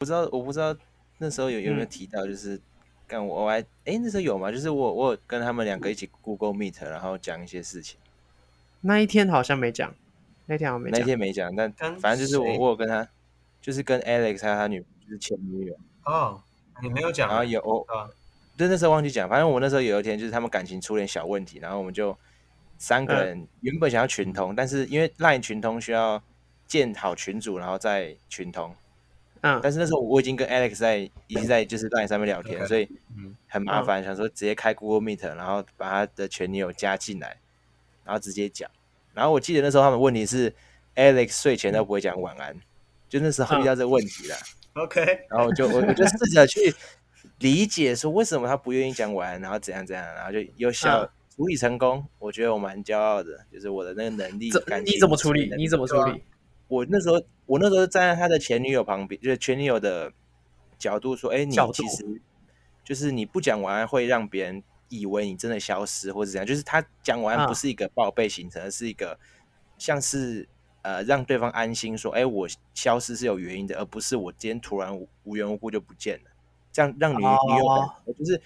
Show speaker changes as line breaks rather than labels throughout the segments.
不知道我不知道那时候有有没有
嗯
提到，就是干、我我还哎、那时候有吗？就是我我有跟他们两个一起 Google Meet，然后讲一些事情。
那一天好像没讲，那天好像没
那
讲。
天没讲，但
跟
反正就是我
谁
我有跟他，就是跟 Alex 还有他女就是前女友，
哦，你没有讲啊，
然后有我
对吧？
对那时候忘记讲，反正我那时候有一天就是他们感情出点小问题，然后我们就三个
嗯
人原本想要群通，但是因为 LINE 群通需要建好群组，然后再群通，
嗯，
但是那时候我已经跟 Alex 在已经在就是 LINE 上面聊天，
OK
所以
嗯
很麻烦，想说直接开 Google Meet，然后把他的前女友加进来，然后直接讲。然后我记得那时候他们问题是 Alex 睡前都不会讲晚安，就那时候遇到这个问题了。
嗯
，OK，
然后我就我我就试着去理解说为什么他不愿意讲晚安，然后怎样怎样，然后就有效
嗯
处理成功，我觉得我蛮骄傲的，就是我的那个能力
怎。
感
你
情
怎么处理
能？力
你怎么处
对啊
理？
我那时候我那时候站在他的前女友旁边，就是前女友的角度说，哎、你
角度
其实就是你不讲晚安会让别人以为你真的消失或者怎样，就是他讲晚安
嗯
不是一个报备行程，而是一个像是呃让对方安心说，哎、我消失是有原因的，而不是我今天突然无无缘无故就不见了，这样让女、女友
哦
感觉就是。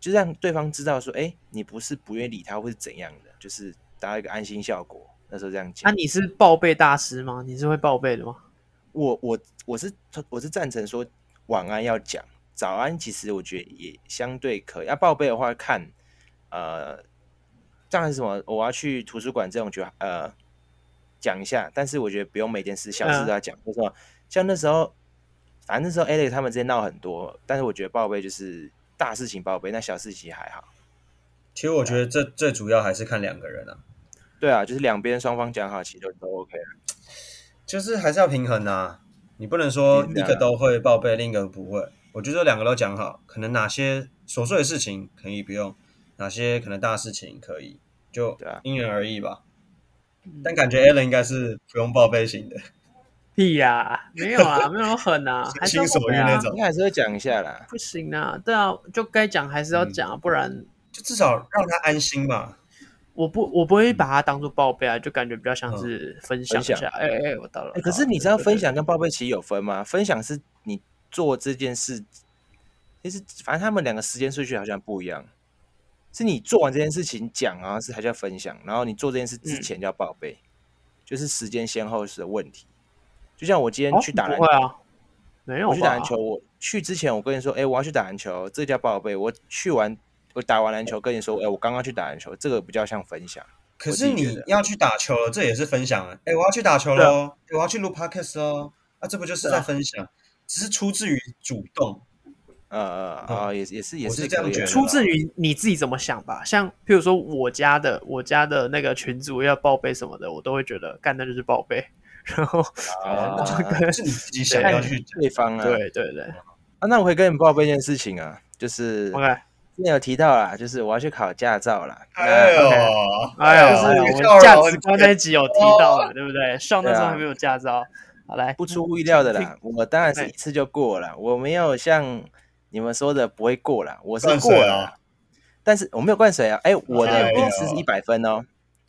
就让对方知道说，哎、你不是不愿意理他，或是怎样的，就是达到一个安心效果。那时候这样讲。
那、啊你是报备大师吗？你是会报备的吗？
我我我是我是赞成说晚安要讲，早安其实我觉得也相对可以。要、啊报备的话看，呃，当然是什么我要去图书馆这种就呃讲一下，但是我觉得不用每件事小事
嗯
都要讲。为什么？像那时候，反正那时候 Alex 他们之间闹很多，但是我觉得报备就是大事情报备，那小事情还好。
其实我觉得这最主要还是看两个人啊，
对啊，就是两边双方讲好，其实都都 OK 啊。
就是还是要平衡啊，你不能说
嗯
一个都会报备，另一个不会。我觉得两个都讲好，可能哪些琐碎的事情可以不用，哪些可能大事情可以，就
对啊嗯
因人而异吧。但感觉 a l l n 应该是不用报备型的，
屁呀、没 有啊，没有那么狠啊，还
随
是要
心所
报
欲
备啊
那。种
应，该还是会讲一下啦。
不行啊，对啊，就该讲还是要讲
嗯
啊，不然
就至少让他安心嘛。
我不我不会把它当做报备啊，就感觉比较像是分享
嗯
一
分
下
享。
哎哎、我到了。
欸可是你知道分享跟报备其实有分吗？分享是你做这件事，其实反正他们两个时间顺序好像不一样，是你做完这件事情讲啊，是还叫分享，然后你做这件事之前叫报备，就是时间先后是的问题。就像我今天去打篮
球、
球，
不会啊，没有
我去打
吧
篮球，我去之前我跟你说，哎、我要去打篮球，这叫报备。我去完，我打完篮球跟你说，哎、我刚刚去打篮球，这个比较像分享。
可
我
是
自己觉
你
得
要去打球了，这也是分享啊！哎、我要去打球
对啊
喽、诶我要去录 podcast 喽，啊，这不就是在分享？只是出自于主动，
呃呃
嗯
啊、也也是也
我
是
是这样
可以
觉
的
得
出自于你自己怎么想吧。像譬如说我家的我家的那个群主要报备什么的，我都会觉得干那就是报备。然后
啊
就跟、
是你自己想要去 讲。
对方啊，
对对对
啊，那我可以跟你报备一件事情啊，就是
，OK，
之前有提到啦，就是我要去考驾照啦。
哎
那
呦，
哎呦，
就是
哎呦
你
我
笑
们价
容
值观那一集有提 到了，对不对？上那时候还没有驾照，好来，
不出乎意料的啦，
嗯
我当然是一次就过了啦，我没有像你们说的不会过啦，我是
灌
过
水
了
啊
啦，但是我没有灌水啊，哎，我
哎
的
呦
笔试是一百分哦，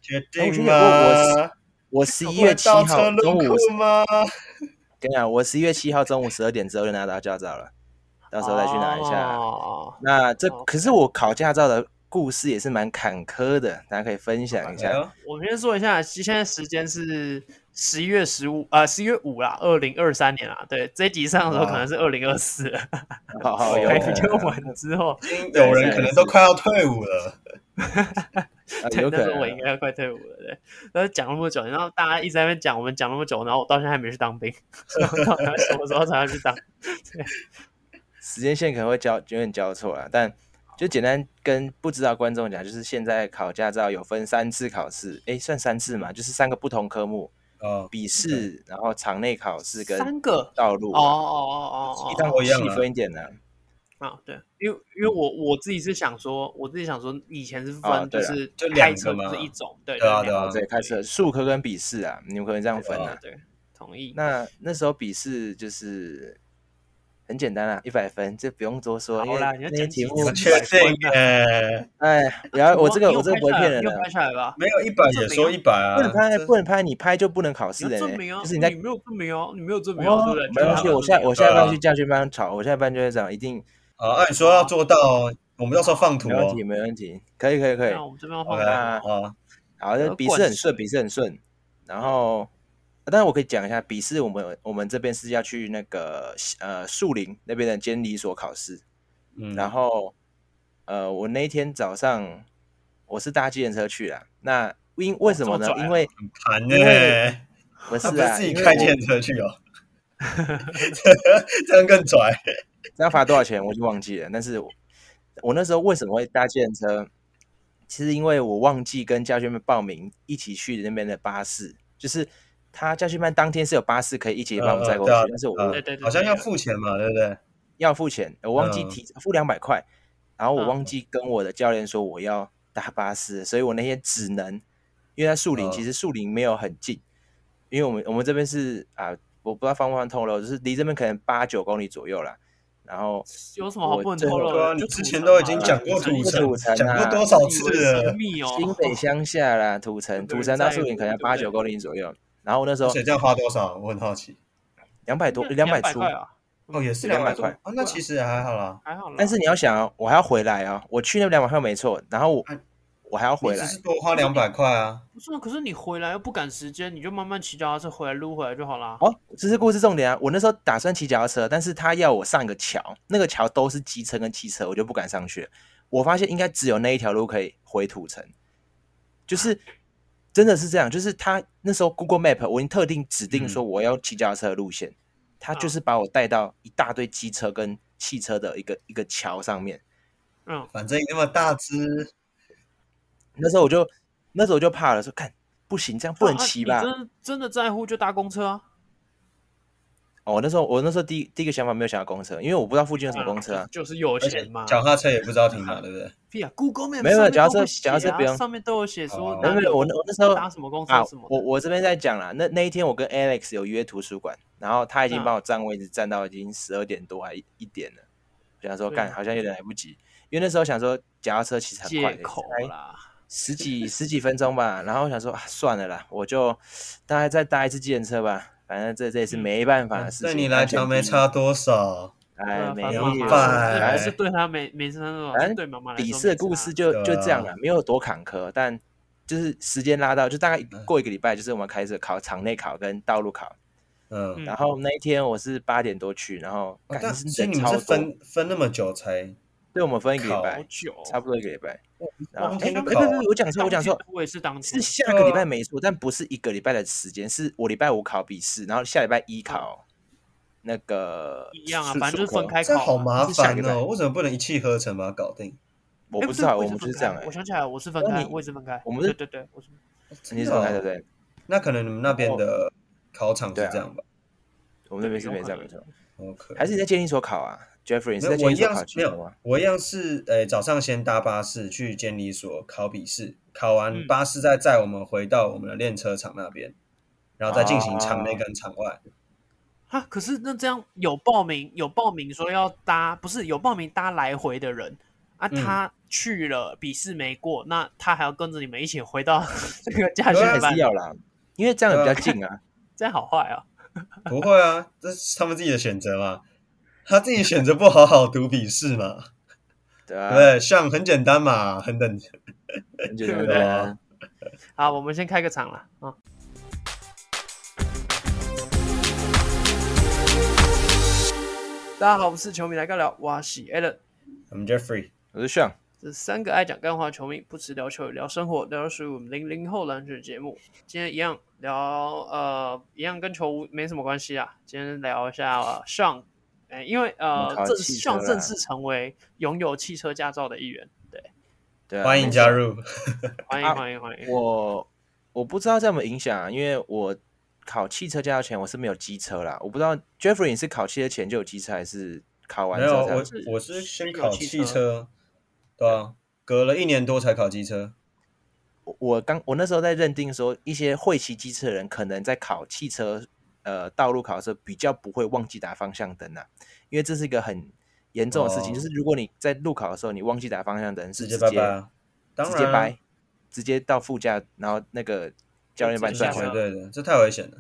决
哎我觉
定
得我
吗？
我十一月七
会倒
号
车入
中午，
库吗？
跟你讲，我十一月七号中午十二点之后就拿到驾照了，到时候再去拿一下。
哦
那这
哦
可是我考驾照的故事也是蛮坎坷的，大家可以分享一
哎
下。
呦
我们先说一下，其现在时间是十一月十五，呃，十一月五啦，二零二三年啦。对，这一集上的时候可能是二零二四，
好好，哦有
还
哎
可
比
能
较晚之后，
已经有人可能都快要退伍了，
啊
对
有，
那
可
时
能
候我应
啊。
该快退伍了。对，但是讲那么久，然后大家一直在那边讲我们讲那么久，然后我到现在还没去当兵，然后到底要什么时候才要 去当？
时间线可能会交有点交错啦，但就简单跟不知道观众讲，就是现在考驾照有分三次考试，诶，算三次嘛，就是三个不同科目，
哦，
笔试，然后场内考试跟
三个
道路
哦
啊，
哦哦哦
但
哦
我
我一样
细
啊
分一点呢、
啊，对，因为因为我我自己是想说，我自己想说，以前是
哦
分
对
就
啦
是
就两
开
个
车
嘛
就是一种，对
对啊
就是
对
两
啊
个
哦对，开始了数科跟笔试啊，你们可能这样分
对
啊
啊。
对，同意。
那那时候笔试就是很简单啊，一百分，这不用多说，因
好
为
啦你要
那些
讲
题
几
目
次
我
我
确定耶，
哎，然后我这个我这个不会骗人
你
的
有，拍下来吧？
没有一百也说一百啊
不能，拍
这
不能拍，你拍就不能考试
你
的
要证
人
明
欸，
啊，
就是你在
你没有证明哦，你没有证明
哦
哦，对不对？
没关系，
就是
我下我下
对啊
班去教训班吵，我下班就会这样，一定
好，哦按你说要做到哦，我们到时候放图
没
哦
问题，没问题，可以可以可以
那。我们这边要放
，OK，
大
啊
好啊，
好，
呃
那笔
灌
试很
水
顺，笔试很顺。然后，但是我可以讲一下，笔试我们我们这边是要去那个呃树林那边的监理所考试。
嗯，
然后，呃，我那一天早上我是搭计程车去啦。那因为什么呢
这么？拽啊
因为
很盘
因
呢
为。 不是
他不是
啊，
自己
因为
开
我
电车 去哦， 这样更拽。
这样罚多少钱我就忘记了。但是我我那时候为什么会搭计程车？其实因为我忘记跟家训班报名一起去那边的巴士，就是他家训班当天是有巴士可以一起把我们载过去，
嗯嗯对啊
但是我
嗯
对对对
好像要付钱嘛，对不对？
要付钱，我忘记
嗯
提付两百块，然后我
嗯
忘记跟我的教练说我要搭巴士，所以我那天只能，因为在树林，
嗯
其实树林没有很近，因为我们我们这边是啊，我不知道方不方透露，就是离这边可能八九公里左右啦，然后
有什么好不能
我最后
透露
对啊，
的？
你
就
之
土
前
城
都已
嘛
经讲
土
过
城
土
你
城土城
城，
啊
讲过多少
以
次
为是
了？
密哦，
新北乡下啦，土城，
有的
土
人
城到
在
树林可能
乎
八
对
九
不对
公里左右。然后我那时候
水这样花多少？我很好奇。
两百多，两
两
百出。
块啊，嗯
哦，也是
200
200
块
多啊，那其实还好啦。
还好啦。
但是你要想啊，我还要回来啊，我去那两百块没错，然后我
啊
我还要回
你
来
只。是多花两百块啊。
不是啊，可是你回来又不赶时间，你就慢慢骑脚踏车回来撸回来就好啦。
哦，这是故事重点啊！我那时候打算骑脚踏车，但是他要我上一个桥，那个桥都是机车跟汽车，我就不敢上去了。我发现应该只有那一条路可以回土城，就是真的是这样，就是他那时候 Google Map 我已经特定指
嗯
定说我要骑脚踏车的路线，他就是把我带到一大堆机车跟汽车的一个一个桥上面。
嗯，
反正你那么大只，
那时候我就那时候我就怕了，说看不行，这样不能
啊啊
骑
你
吧。
真的真的在乎就搭公车啊，
哦，那时候我那时候第一第一个想法没有想到公车，因为我不知道附近有什
嗯
么公车啊。
就是有
而且
钱嘛。
脚踏车也不知道停哪，对不对？
屁啊，Google Map
没有
上面
脚踏
都会
车脚踏车
写啊
不用
上面都有写说
哦
哪
没
里
有，
有
我那我那时候
搭什么公车
啊
什么，的。
我我这边在讲啦。那那一天我跟 Alex 有约图书馆，然后他已经
嗯
帮我占位置，占到已经十二点多还一一点了。我想说，
对
干
啊
好像有点来不及，因为那时候想说脚踏车其实很快
借
的，
口
才
啦，
十几十几分钟吧。然后我想说啊，算了啦，我就大概再搭一次计程车吧，反正这这也是
嗯
没办法的事情。啊
对你来讲没差多少。
对
哎，
啊
没
反正
有
妈妈
办
吧
是
法
不是对他没没什么，
反
是
正
对妈妈来说
笔
没
试的故
差
事就就
对啊
这样了，没有多坎坷，但就是时间拉到，就大概过一个礼拜，就是我们开始考场内考跟道路考。
嗯，
嗯
然后那一天我是八点多去，然后
哦
感觉
但
是
所以
人
你们
超
是
多，
分分那么久才，
对我们分一个礼
考哦
好
拜，
久哦，
差不多一个礼拜。然后
当
哎
天
哎
就
不
考嗯
不不，我讲错，我讲错
当，天我也是当
是
天
下个礼拜没错，但不是一个礼拜的时间，是我礼拜五考笔试，然后下礼拜
嗯
一考那个
一样啊，
数
反正就是
数科
分开
这
考啊。
样好麻
是下
烦
个礼拜
哦。为什么不能一气呵成把它搞定？
我
哎
不知
对
道，
我
我
也
们
是
就是
分
这样
开
哎
我，想起来了，我是分
那
开，
你
我也是分开。
我们是
对对对，我是
你是分
哦
开对不对？
哦那可能你们那边的考场是
对啊
这样吧
我们那边是
有
没
可
这样
能
没错，
？OK，
还是你在监理所考啊，Jeffrey？你是在
没有
监
我
理
一
所
样
考
是
期
没
中吗
有？，我一样是呃早上先搭巴士去监理所考笔试，考完
嗯
巴士再载我们回到我们的练车场那边，然后再进行场内
哦
跟场外。
啊，可是那这样有报名有报名说要搭，不是有报名搭来回的人啊，
嗯
他去了笔试没过，那他还要跟着你们一起回到 这个驾
对啊
训
还
班
是，要啦，因为这样比
对
较
啊
近啊。
这样好坏啊？
不会啊，这是他们自己的选择嘛。他自己选择不好好读笔试嘛，
对
对
啊
不， 对？像很简单嘛，很等。
很简单
对不
对
对
啊
好，我们先开个场了啊。大家好，我们是球迷来尬聊，我是 a l l n
我们 Jeffrey，
我是 Sean，
这三个爱讲干话的球迷，不只聊球，也聊生活，聊聊属于我们零零后篮球的节目。今天一样聊，呃，一样跟球无没什么关系啊。今天聊一下、呃、上，哎，因为
我
呃
们，考
正
汽车
上
啦
正式成为拥有汽车驾照的一员，对，
对啊，
欢迎
没
加
错。
入。
欢迎
啊
欢迎欢迎。
我我不知道这有没有影响啊，因为我考汽车驾照前我是没有机车啦，我不知道 Jeffrey 你是考汽车前就有机车，还是考完
没
之
有，
后才
我
是
我是先
是有
考
汽
汽
车
车，对啊，隔了一年多才考机车。
我我刚我那时候在认定说，一些会骑机车的人可能在考汽车呃道路考的时候，比较不会忘记打方向灯啊，因为这是一个很严重的事情，
哦
就是如果你在路考的时候你忘记打方向灯，是
直
直
接
接
拜拜啊，当
直接
然
掰
啊，
直接到副驾，然后那个教练把你
这
拽
是
回
直接
来
下车，
绝对的，这太危险了。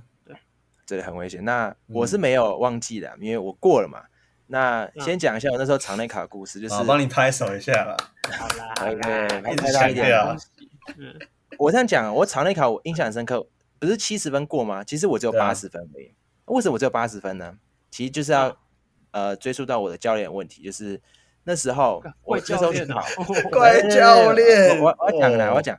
这里很危险。那我是没有忘记的啊，因为我过了嘛。那先讲一下我那时候场内考的故事，就是
好，啊哦帮你拍手一下啦。
好啦，好
哎
啦，
哎哎
一直
拍大一
强调
点。
啊
嗯，
我这样讲，我场内考我印象很深刻，不是七十分过吗？其实我只有
对啊
八十分而已。为什么我只有八十分呢？其实就是要、
嗯
呃追溯到我的教练的问题，就是那时候我
怪
那时
教
候
练啊，
怪教练
我我我要讲啦，
哦
我要讲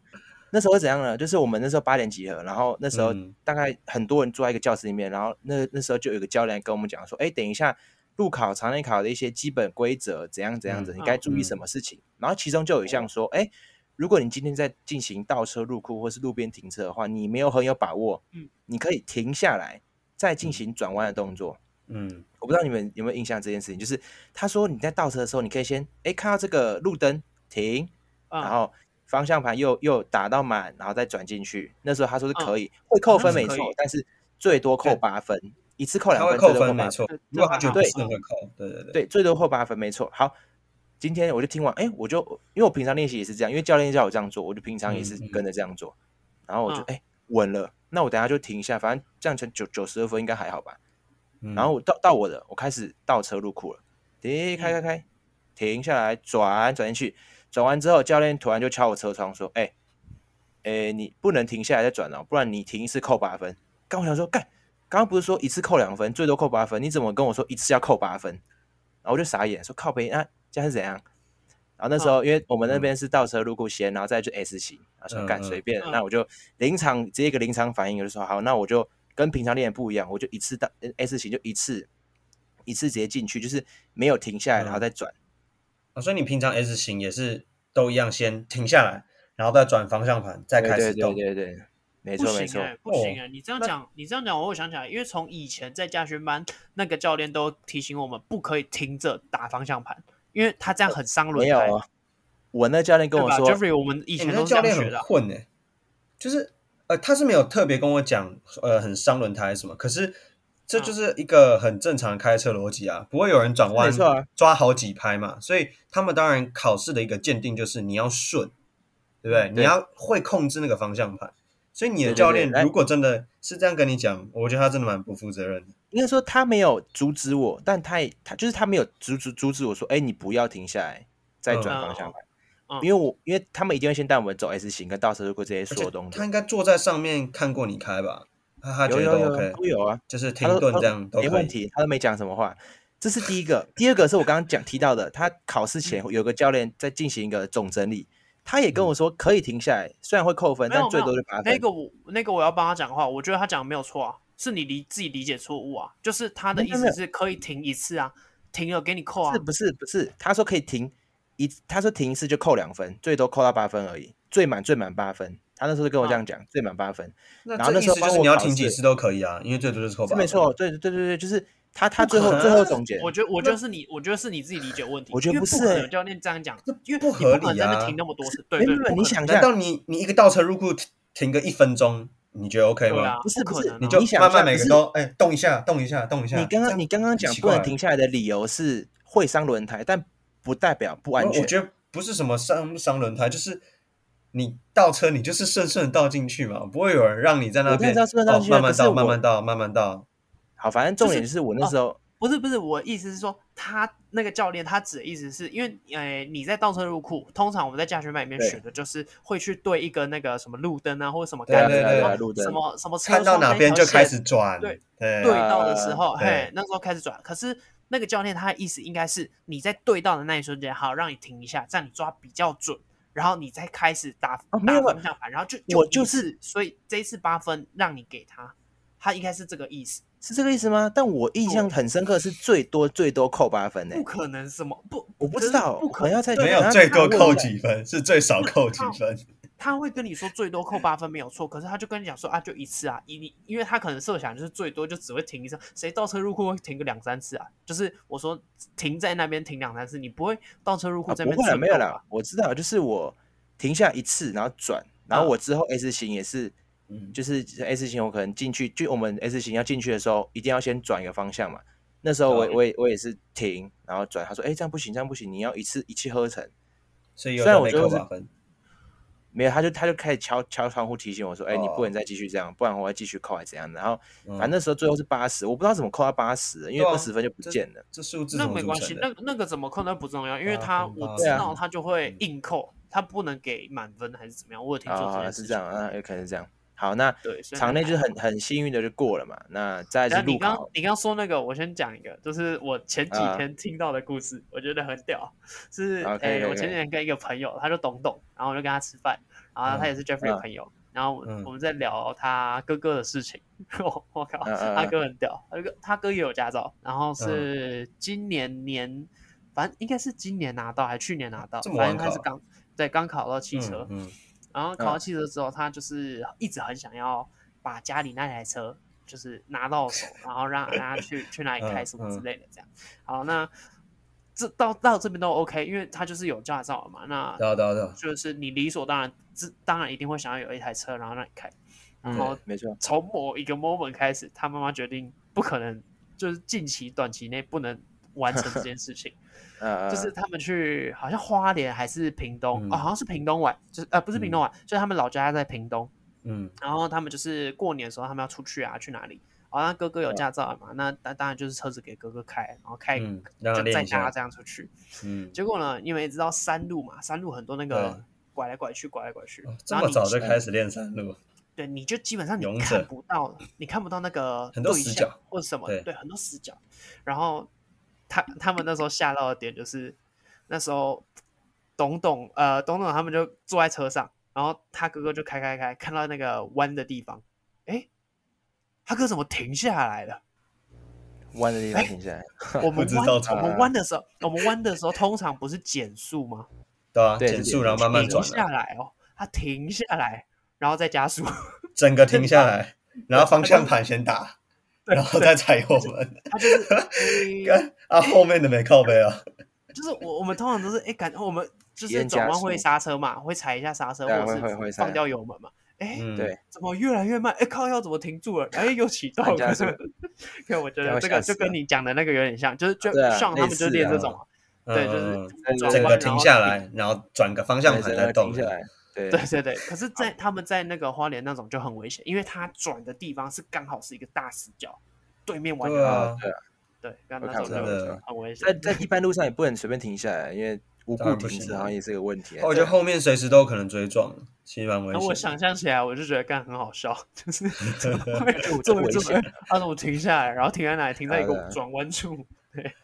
那时候是怎样呢？就是我们那时候八点集合，然后那时候
嗯
大概很多人坐在一个教室里面，然后那那时候就有一个教练跟我们讲说，哎，等一下路考、常内考的一些基本规则怎样怎样子，
嗯
你该注意
嗯
什么事情。然后其中就有一项说，哎，如果你今天在进行倒车入库或是路边停车的话，你没有很有把握，
嗯
你可以停下来再进行转弯的动作。
嗯，
我不知道你们有没有印象这件事情，就是他说你在倒车的时候，你可以先哎看到这个路灯停，
嗯
然
啊，
后方向盘又又打到满，然后再转进去。那时候他说是
嗯
可以，会扣分没
那是
错
可以，
但是最多扣八分，一次扣两
他会
分，
扣
最多
分，
八
没错
分。
如果他觉得不
对
是会扣，对对对，
对，最多扣八分没错。好，今天我就听完，哎，我就因为我平常练习也是这样，因为教练叫我这样做，我就平常也是
嗯嗯
跟着这样做。然后我就
嗯
哎稳了，那我等下就停一下，反正这样成九九十二分应该还好吧。
嗯
然后我到到我的，我开始倒车入库了，停，开开开，停下来，转转进去，转完之后，教练突然就敲我车窗说：“哎、哎、你不能停下来再转哦，不然你停一次扣八分。”刚我想说，干，刚刚不是说一次扣两分，最多扣八分，你怎么跟我说一次要扣八分？然后我就傻眼，说靠北，那、这样是怎样？然后那时候，因为我们那边是倒车入库先，然后再就 S 型，然后想干
嗯嗯嗯
随便，
嗯
那我就临场直接一个临场反应，我就说好，那我就跟平常练的不一样，我就一次到呃 S 型就一次一次直接进去，就是没有停下来，
嗯
然后再转。
哦，所以你平常 S 型也是都一样，先停下来，然后再转方向盘，再
对
开
对
始
对
动。
对对，没
不
错没错哦
行，哎，不行哎，你这样讲，你这样讲，我又想起来，因为从以前在驾训班，那个教练都提醒我们不可以停着打方向盘，因为他这样很伤轮
没有
胎。
啊。我那教练跟
对
我
吧
说，
，Jeffrey，我们以
以
前都是这
教
样
练
学
很
的啊。
混呢、就是呃，他是没有特别跟我讲呃很伤轮胎什么，可是这
嗯
就是一个很正常的开车逻辑啊，不会有人转弯
没错啊
抓好几拍嘛，所以他们当然考试的一个鉴定就是你要顺，对不对？
嗯
你
对
要会控制那个方向盘。所以你
对
的
对
教
对
练
来
如果真的是这样跟你讲，我觉得他真的蛮不负责任的。
应该说他没有阻止我，但他也他就是他没有阻止阻止我说，哎、你不要停下来再转
嗯
方向盘，
嗯
因为我因为他们一定会先带我们走 S 型跟倒车入库这些
而
所
且
有动
他
作，
应该坐在上面看过你开吧？他他哦觉
有
得
有
都
有
OK，
都有啊，
就是
他
停
都
顿
他
这样都
没
可
问
以。
题，他都没讲什么话。这是第一个，第二个是我刚刚讲提到的，他考试前有个教练在进行一个总整理，他也
嗯
跟我说可以停下来，虽然会扣分，
没有
但最多就八分。
那个我那个我要帮他讲话，我觉得他讲的没有错啊，是你理自己理解错误啊，就是他的
没
意
有没
思
有
是可以停一次啊，停了给你扣啊
是，不是不是？他说可以停一，他说停一次就扣两分，最多扣到八分而已，最满最满八分。他那时候就跟我这样讲，最满八分，
那
然后
这
那
意
时候
思
帮
就是
我
你要
考
停几
试
次都可以啊，因为最多就是扣
是
八。
没错，对对对对，就是他他最
不
后
可
最后
能
总结，
我觉得我觉得是你，我觉得是你自己理解问题，
我觉得
因为
不是
可
欸
能教练这样讲
这，
因为
不
你
合
可能
理
真的
啊
停那么多次，对
没有
对，
没有，
不
你
可能
想一
难
下，
道你你一个倒车入库停停个一分钟，你觉得 OK
对啊
吗？，
不是
不可
不是
能啊，
你就
你想一
慢
下
慢每
不
个
是
都哎动一下，动一下，动一下。
你刚
这
刚
样
你刚刚讲
奇
不能
怪
停下来的理由是会伤轮胎，但不代表不安
我
全
我。觉得不是什么伤不伤轮胎，就是你倒车你就是顺顺地倒进去嘛，不会有人让你在那
我当然
边
知道顺顺地倒
哦
进去啊
慢慢
可是
倒
我
慢慢倒慢慢倒。
好，反正重点就是我那时候
不是不是，我意思是说，他那个教练他指的意思是因为，呃，你在倒车入库，通常我们在驾训班里面
对
学的就是会去对一个那个什么路灯啊，或者什么
对啊
杆子
对啊对啊
然后
路灯
什么什么车
看到
窗
哪
那
边
条
就开
线
始转，
对
对
对
啊
到的时候，
对
嘿，那时候开始转。可是那个教练他的意思应该是你在对到的那一瞬间，好让你停一下，这样你抓比较准，然后你再开始打、
哦没
打
有
啊
方向盘，然后就
我
就
就
一次所以这一次八分让你给他，他应该是这个意思，
是这个意思吗？但我印象很深刻是最多最多扣八分呢、
不可能什么不，
我不
就
知
是
道，
不
我
可
可能要再
没
可
有
能
最
要
多
问一
扣
下
几分，是 最少扣几分。
他会跟你说最多扣八分没有错，可是他就跟你讲说啊，就一次啊，你你因为他可能设想就是最多就只会停一次，谁倒车入库会停个两三次啊？就是我说停在那边停两三次，你不会倒车入库
啊，
这
不
边、
会啦，没有啦，，我知道，就是我停下一次，然后转，然后我之后 S 型也是
嗯，
就是 S 型，我可能进去，就我们 S 型要进去的时候，一定要先转一个方向嘛。那时候我
对
我也我也是停，然后转，他说：“哎、这样不行，这样不行，你要一次一气呵成。
所以有
虽然
人
我
被
觉得
扣
是
八分。”
没有，他就他就开始敲敲窗户提醒我说：“哎、你不
哦
能再继续这样，不然我要继续扣还是怎样的。”然后
嗯
反正那时候最后是八十，我不知道怎么扣到八十，因为
对啊
二十分就不见了。
这数字
那
怎么
没
组
关
成
系，
的
那那个怎么扣那不重要，因为
啊八
他
分
我
八
知
分
道他就会
嗯
硬扣，他不能给满分还是怎么样，我有听说这
啊、
件
是
事情
这样啊，有可能是这样。好，那
对，所以
场
还
内就是
还
啊
很很幸运的就过了嘛。那再来是
然后你
路
刚
考，
你刚说那个，我先讲一个，就是我前几
啊
天听到的故事，我觉得很屌。是诶
啊
OK，可以
我
可
前
以
几天跟一个朋友，他叫董董，然后我就跟他吃饭，然后他也是 Jeffrey 的朋友，然后我
嗯
我们在聊他哥哥的事情。 我我靠，
嗯嗯
他
嗯
哥很屌，他哥他哥也有驾照，然
嗯
后是今年年，反正应该是今年拿到还是去年拿到，
这么
反正
晚
他是
考
刚对刚考到汽车，
嗯，嗯
然后考到
嗯
汽车之后，他就是一直很想要把家里那台车就是拿到手，然后让让他去去哪里开
嗯
什么之
嗯
类的这样。好，那这到到这边都 OK，因为他就是有驾照了嘛，那
对啊对啊对啊，
就是你理所当然，自当然一定会想要有一台车，然后让你开。然
嗯
后
没错，
从某一个 moment 开始，他妈妈决定不可能，就是近期短期内不能完成这件事情。
呃，
就是他们去好像花莲还是屏东、
嗯
哦，好像是屏东玩，就是呃不是屏东玩，就是他们老家在屏东，
嗯
然后他们就是过年的时候他们要出去啊，去哪里？哦，那哥哥有
嗯
驾照了嘛，那当当然就是车子给哥哥开，然后开、
嗯，让他
就
练
载
一
大家
下，
这样出去。
嗯，
结果呢，因为知道山路嘛，山路很多那个
嗯
拐来拐去，拐来拐去，
哦这
然后
么
你
早就开始练山路，
对，你就基本上你
勇
看
者
不到，你看不到那个
很多
对
死
象
角
或者什么，
对
对，很多死角。然后他他们那时候吓到的点就是，那时候董董呃董董他们就坐在车上，然后他哥哥就开开开，看到那个弯的地方，哎，他哥怎么停下来 了？
嗯弯的地
哎
方停下来，
我们
知
弯
道
我们
他
弯的时候，我们弯的时候通常不是减速吗？
对啊，
对
减
是
速
减
然后慢慢
停
转啊，
下来哦，他停下来，然后再加速。
整个停下来，然后方向盘先打， 然后再踩油门，
他就是诶
干啊后面的没靠背啊，
就是我我们通常都是哎、感我们就
体
是
验
转
加
弯会
速
刹车嘛，会踩一下刹车，
对啊
或
会会
者
会
是
踩
放掉油门嘛。哎、
嗯
对，
怎么越来越慢？哎、靠，要怎么停住了？哎、又启动
按
了
加速。
对，我觉
这
得
样
这
吓
个
死
就跟
了
你讲的那个有点像，就是就
对啊
上
类
他们就
似
练这
啊
种嘛，
嗯
对，就
嗯嗯
嗯
是转
整个
弯
停下。
然后
来，然后转个方向
对
盘
整
再
个
动
停下，来，对
对对对，可是 在，他们在那个花莲那种就很危险，因为他转的地方是刚好是一个大死角，对面完全
对啊
啊，对啊，
对，那
会
那
看
种
不
就
到
真的
对啊
很危险
在。在一般路上也不能随便停下来，因为无
当
故
然不
停
行啊
止好像也是个问题。啊
哦我觉得后面随时都有可能追撞，其实蛮危
然后我
险
想
的。
象起来，我就觉得干很好笑，就是怎么
就
会
我
这
就
么
危
这么
险？
他怎么停下来，然后停在哪里？停在一
好
个
的
转弯处。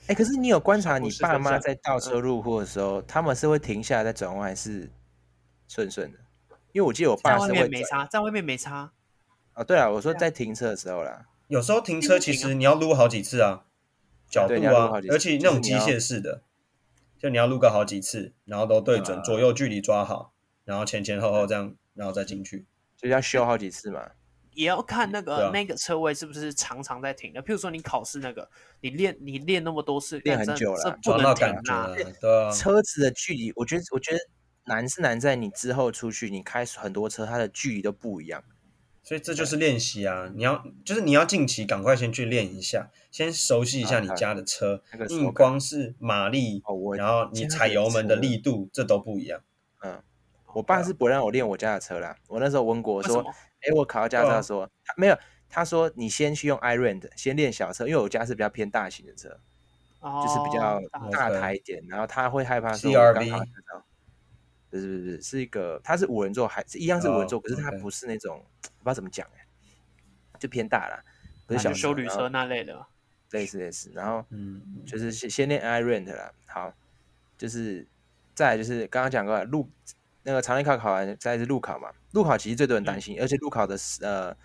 哎，可是你有观察
我
你
是
爸
在
妈
想
在倒车入库的时候，他们是会停下来再转弯，还是顺顺的？因为我记得我
在
爸
外
是
面
会
没
转
差，在外面没差。
哦，对啊，我说
对啊
在停车的时候啦，
有时候停车其实你要撸好几次啊，角度
啊对你要撸
啊
好几，次
而且那种机
就是你
械
要
式的，就你要撸个好几次，然后都对准，
啊
左右距离抓好，然后前前后后这样，然后再进去。
就是要修好几次嘛。
也要看那
对
个、
啊
那个车位是不是常常在停的。譬如说你考试那个，你练你练那么多次，
练很
干真
久
的
了
这
抓
不
到
能
感
停
觉
啊
了。，对啊，
车子的距离，我觉得我觉得难是难在你之后出去，你开很多车，它的距离都不一样。
所以这就是练习啊！你要就是你要近期赶快先去练一下，先熟悉一下你家的车
啊那个，手感
硬光是马力
哦我，
然后你踩油门的力度，这都不一样。
嗯，我爸是不让我练我家的车啦。我那时候问过，我
为什
说
么？：“
哎、我考到驾
对
照
啊
说、他没有。”他说：“你先去用 iRent 先练小车，因为我家是比较偏大型的车，就是比较
哦
大
大
车
台一点。然后他会害怕说
CRV
我刚考到驾照，不是不是不是，是一个它是五人座，还是一样是五人座，
哦
可是它
OK
不是那种我不知道怎么讲、欸，就偏大啦，不
那
是小
就修旅
然
车
后
那类的。
类似类似，然后
嗯，
就是先先练 i rent 啦，好，就是再来就是刚刚讲过了路那个常年考考完，再来是路考嘛，路考其实最多人担心，而且路考的失呃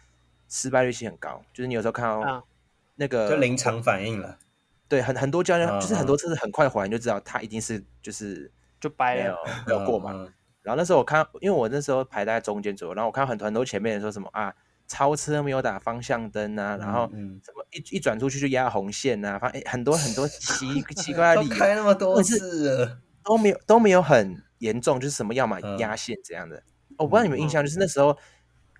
失败率其实很高，就是你有时候看
啊
到那个、
就临场反应了。
对很很多教练、
嗯
就是很多车子很快还你就知道他一定是就是
就掰
没有
了，
没有过嘛，
嗯？嗯
然后那时候我看，因为我那时候排在中间左右，然后我看到很多很多前面人说什么啊，超车没有打方向灯啊，然后
嗯嗯
什么一一转出去就压红线啊，反正很多很多奇奇怪的
都
理由
开那么多
但是
次了，
都没有都没有很严重，就是什么要么
嗯
哦压线这样的。我不知道你们印象，就是那时候。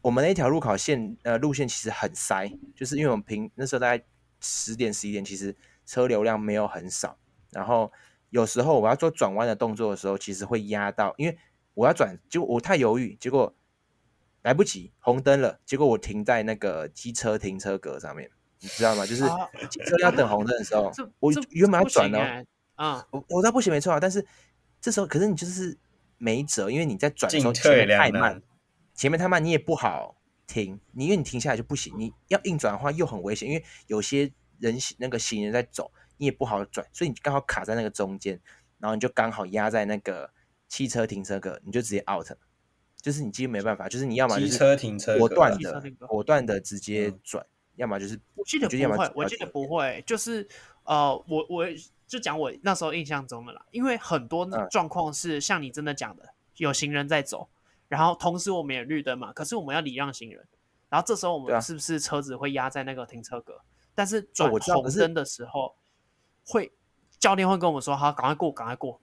我们那一条路考线呃路线其实很塞，就是因为我们平那时候大概十点十一点，其实车流量没有很少，然后有时候我要做转弯的动作的时候，其实会压到，因为我要转，结果我太犹豫，结果来不及红灯了，结果我停在那个机车停车格上面，你知道吗？就是
啊
机车要等红灯的时候
这，
我
这
原本要
不行
转哦，
欸啊，
我我知道不行没错啊，但是这时候可是你就是没辙，因为你在转的时候
进
前
退
面
两
太
难
慢，前面太慢你也不好停，你因为你停下来就不行，你要硬转的话又很危险，因为有些人行那个行人在走，你也不好转，所以你刚好卡在那个中间，然后你就刚好压在那个汽车停车格，你就直接 out，了就是你几乎没办法，就是你要么就
机
是
车停车格啊
果断
机车
的
停车格
果断的直接
嗯
转，要么就是
我记得
就要么
不会
就，
我
要
记得
走
不会，就是呃，我我就讲我那时候印象中的啦，因为很多
嗯
状况是像你真的讲的，有行人在走，然后同时我们也绿灯嘛，可是我们要礼让行人，然后这时候我
对啊
们是不是车子会压在那个停车格？但是
哦
转
我知道
红
可是
灯的时候，会教练会跟我们说：“好，赶快过，赶快过。”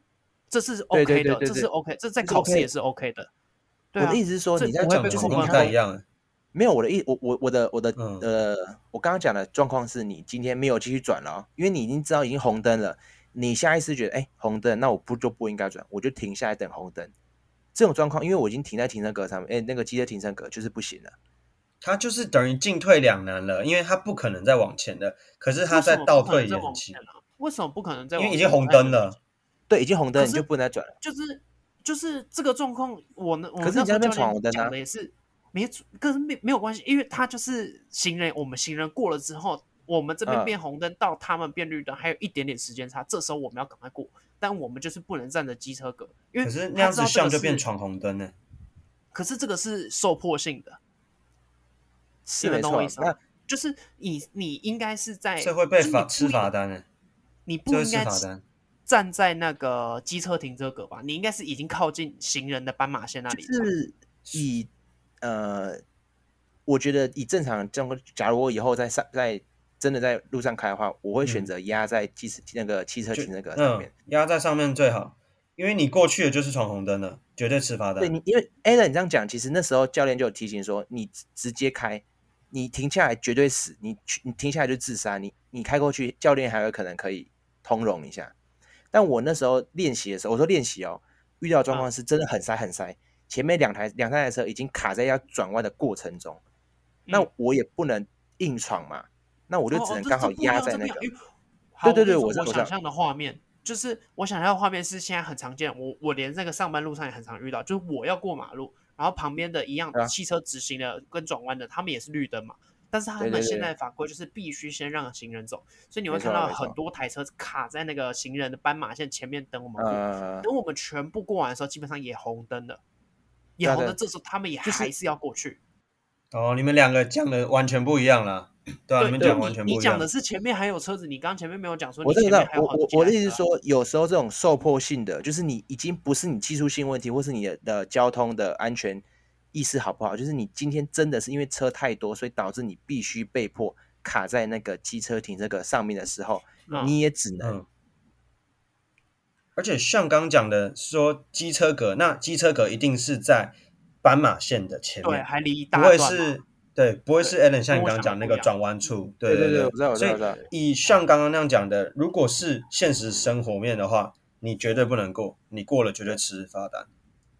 这是
对
OK
对
的，
对对
这是
对
OK，这在
这是
考试
OK
也是 OK 的。对
我
啊
的，意思是说
这
你在
不会
转的
被
这样
时
子
候
控
你
管啊
看
不
到
到
太一样了。
没有我的意，我我我的我的
嗯
呃，我刚刚讲的状况是你今天没有继续转了哦，因为你已经知道已经红灯了，你下意识觉得哎红灯，那我不就不应该转，我就停下来等红灯。这种状况，因为我已经停在停车格上面，哎，那个机车停车格就是不行了。
他就是等于进退两难了，因为他不可能再往前了，可是他
为什
在
么
倒
不可
退
能再
也
往
很奇
前，啊？为什么不可能再
因
往前？
为已经红灯了。
对，已经红灯
可
你
是
就不能再转了。
就是就是这个状况，我呢，我
可是
那
你
时
在那
候
边
教
闯红
练
灯啊
讲的也是没，可是没没有关系，因为他就是行人，我们行人过了之后，我们这边
嗯
变红灯到他们变绿灯，还有一点点时间差，这时候我们要赶快过，但我们就是不能站着机车格，因为
可是那
他
样
知道
子
这
像
个
就变
是，
闯红灯呢、
可是这个是受迫性的，
是
你
没
们懂
错
我
啊
意，思吗
那？
就是你你应该是在
这会被
哎就是
罚
你
吃
不
罚
应
单呢、
你不
这会
应
吃
该
罚单。
站在那个机车停车格吧？你应该是已经靠近行人的斑马线那里吧。
就是以呃，我觉得以正常这样，假如我以后在上在真的在路上开的话，我会选
嗯
择压在汽车那个汽车
就
停车格上面
嗯。，压在上面最好，因为你过去了就是闯红灯了，绝对吃罚单。
对
嗯
你，因为 a l a n 这样讲，其实那时候教练就有提醒说，你直直接开，你停下来绝对死，你去你停下来就自杀，你你开过去，教练还有可能可以通融一下。但我那时候练习的时候，我说练习哦，遇到的
嗯
状况是真的很塞很塞，前面两台两三台车已经卡在要转弯的过程中，那
嗯
我也不能硬闯嘛，那我就只
哦哦
能
这
刚
这
好
不一
压
样
在
这
那
不一
个
样。因为好
对对
我跟
对我知道
你说我
我知
想
道
象的画面就是我想象的画面是现在很常见，我我连那个上班路上也很常遇到，就是我要过马路，然后旁边的一样
对啊
汽车直行的跟转弯的，他们也是绿灯嘛。但是他
对对
们
对
现在法规就是必须先让行人走，所以你会
没错
看到
没错
很多台车卡在那个行人的斑马线前面等我们过。
呃，
等我们全部过完的时候，基本上也红灯了，
对
也
啊
红
对啊
灯。这时候他们也
就是
还是要过去。
哦，你们两个讲的完全不一样啦，对啊，
对，
你们
对
讲完全
你
不
你
一
讲
样
的。是前面还有车子，你刚刚前面没有讲说
我
你
这
前
个知道
面，还
我
有好
我
几
我的
台
意思是
车啊，
说，有时候这种受迫性的，就是你已经不是你技术性问题，或是你的的交通的安全意识好不好，就是你今天真的是因为车太多，所以导致你必须被迫卡在那个机车停这个上面的时候，
嗯
你也只能
嗯。而且像刚讲的说机车格，那机车格一定是在斑马线的前
对，
面，
还离一
不
大
会
段嘛。
是，对，不会是 Alan 像
跟
你
我
刚刚
想
讲
的
那
不
个
一样
转弯处，
对
对
对我知道我知
所
道
以
我知道，
以像刚刚那样讲的，如果是现实生活面的话，你绝对不能过，你过了绝对吃罚单。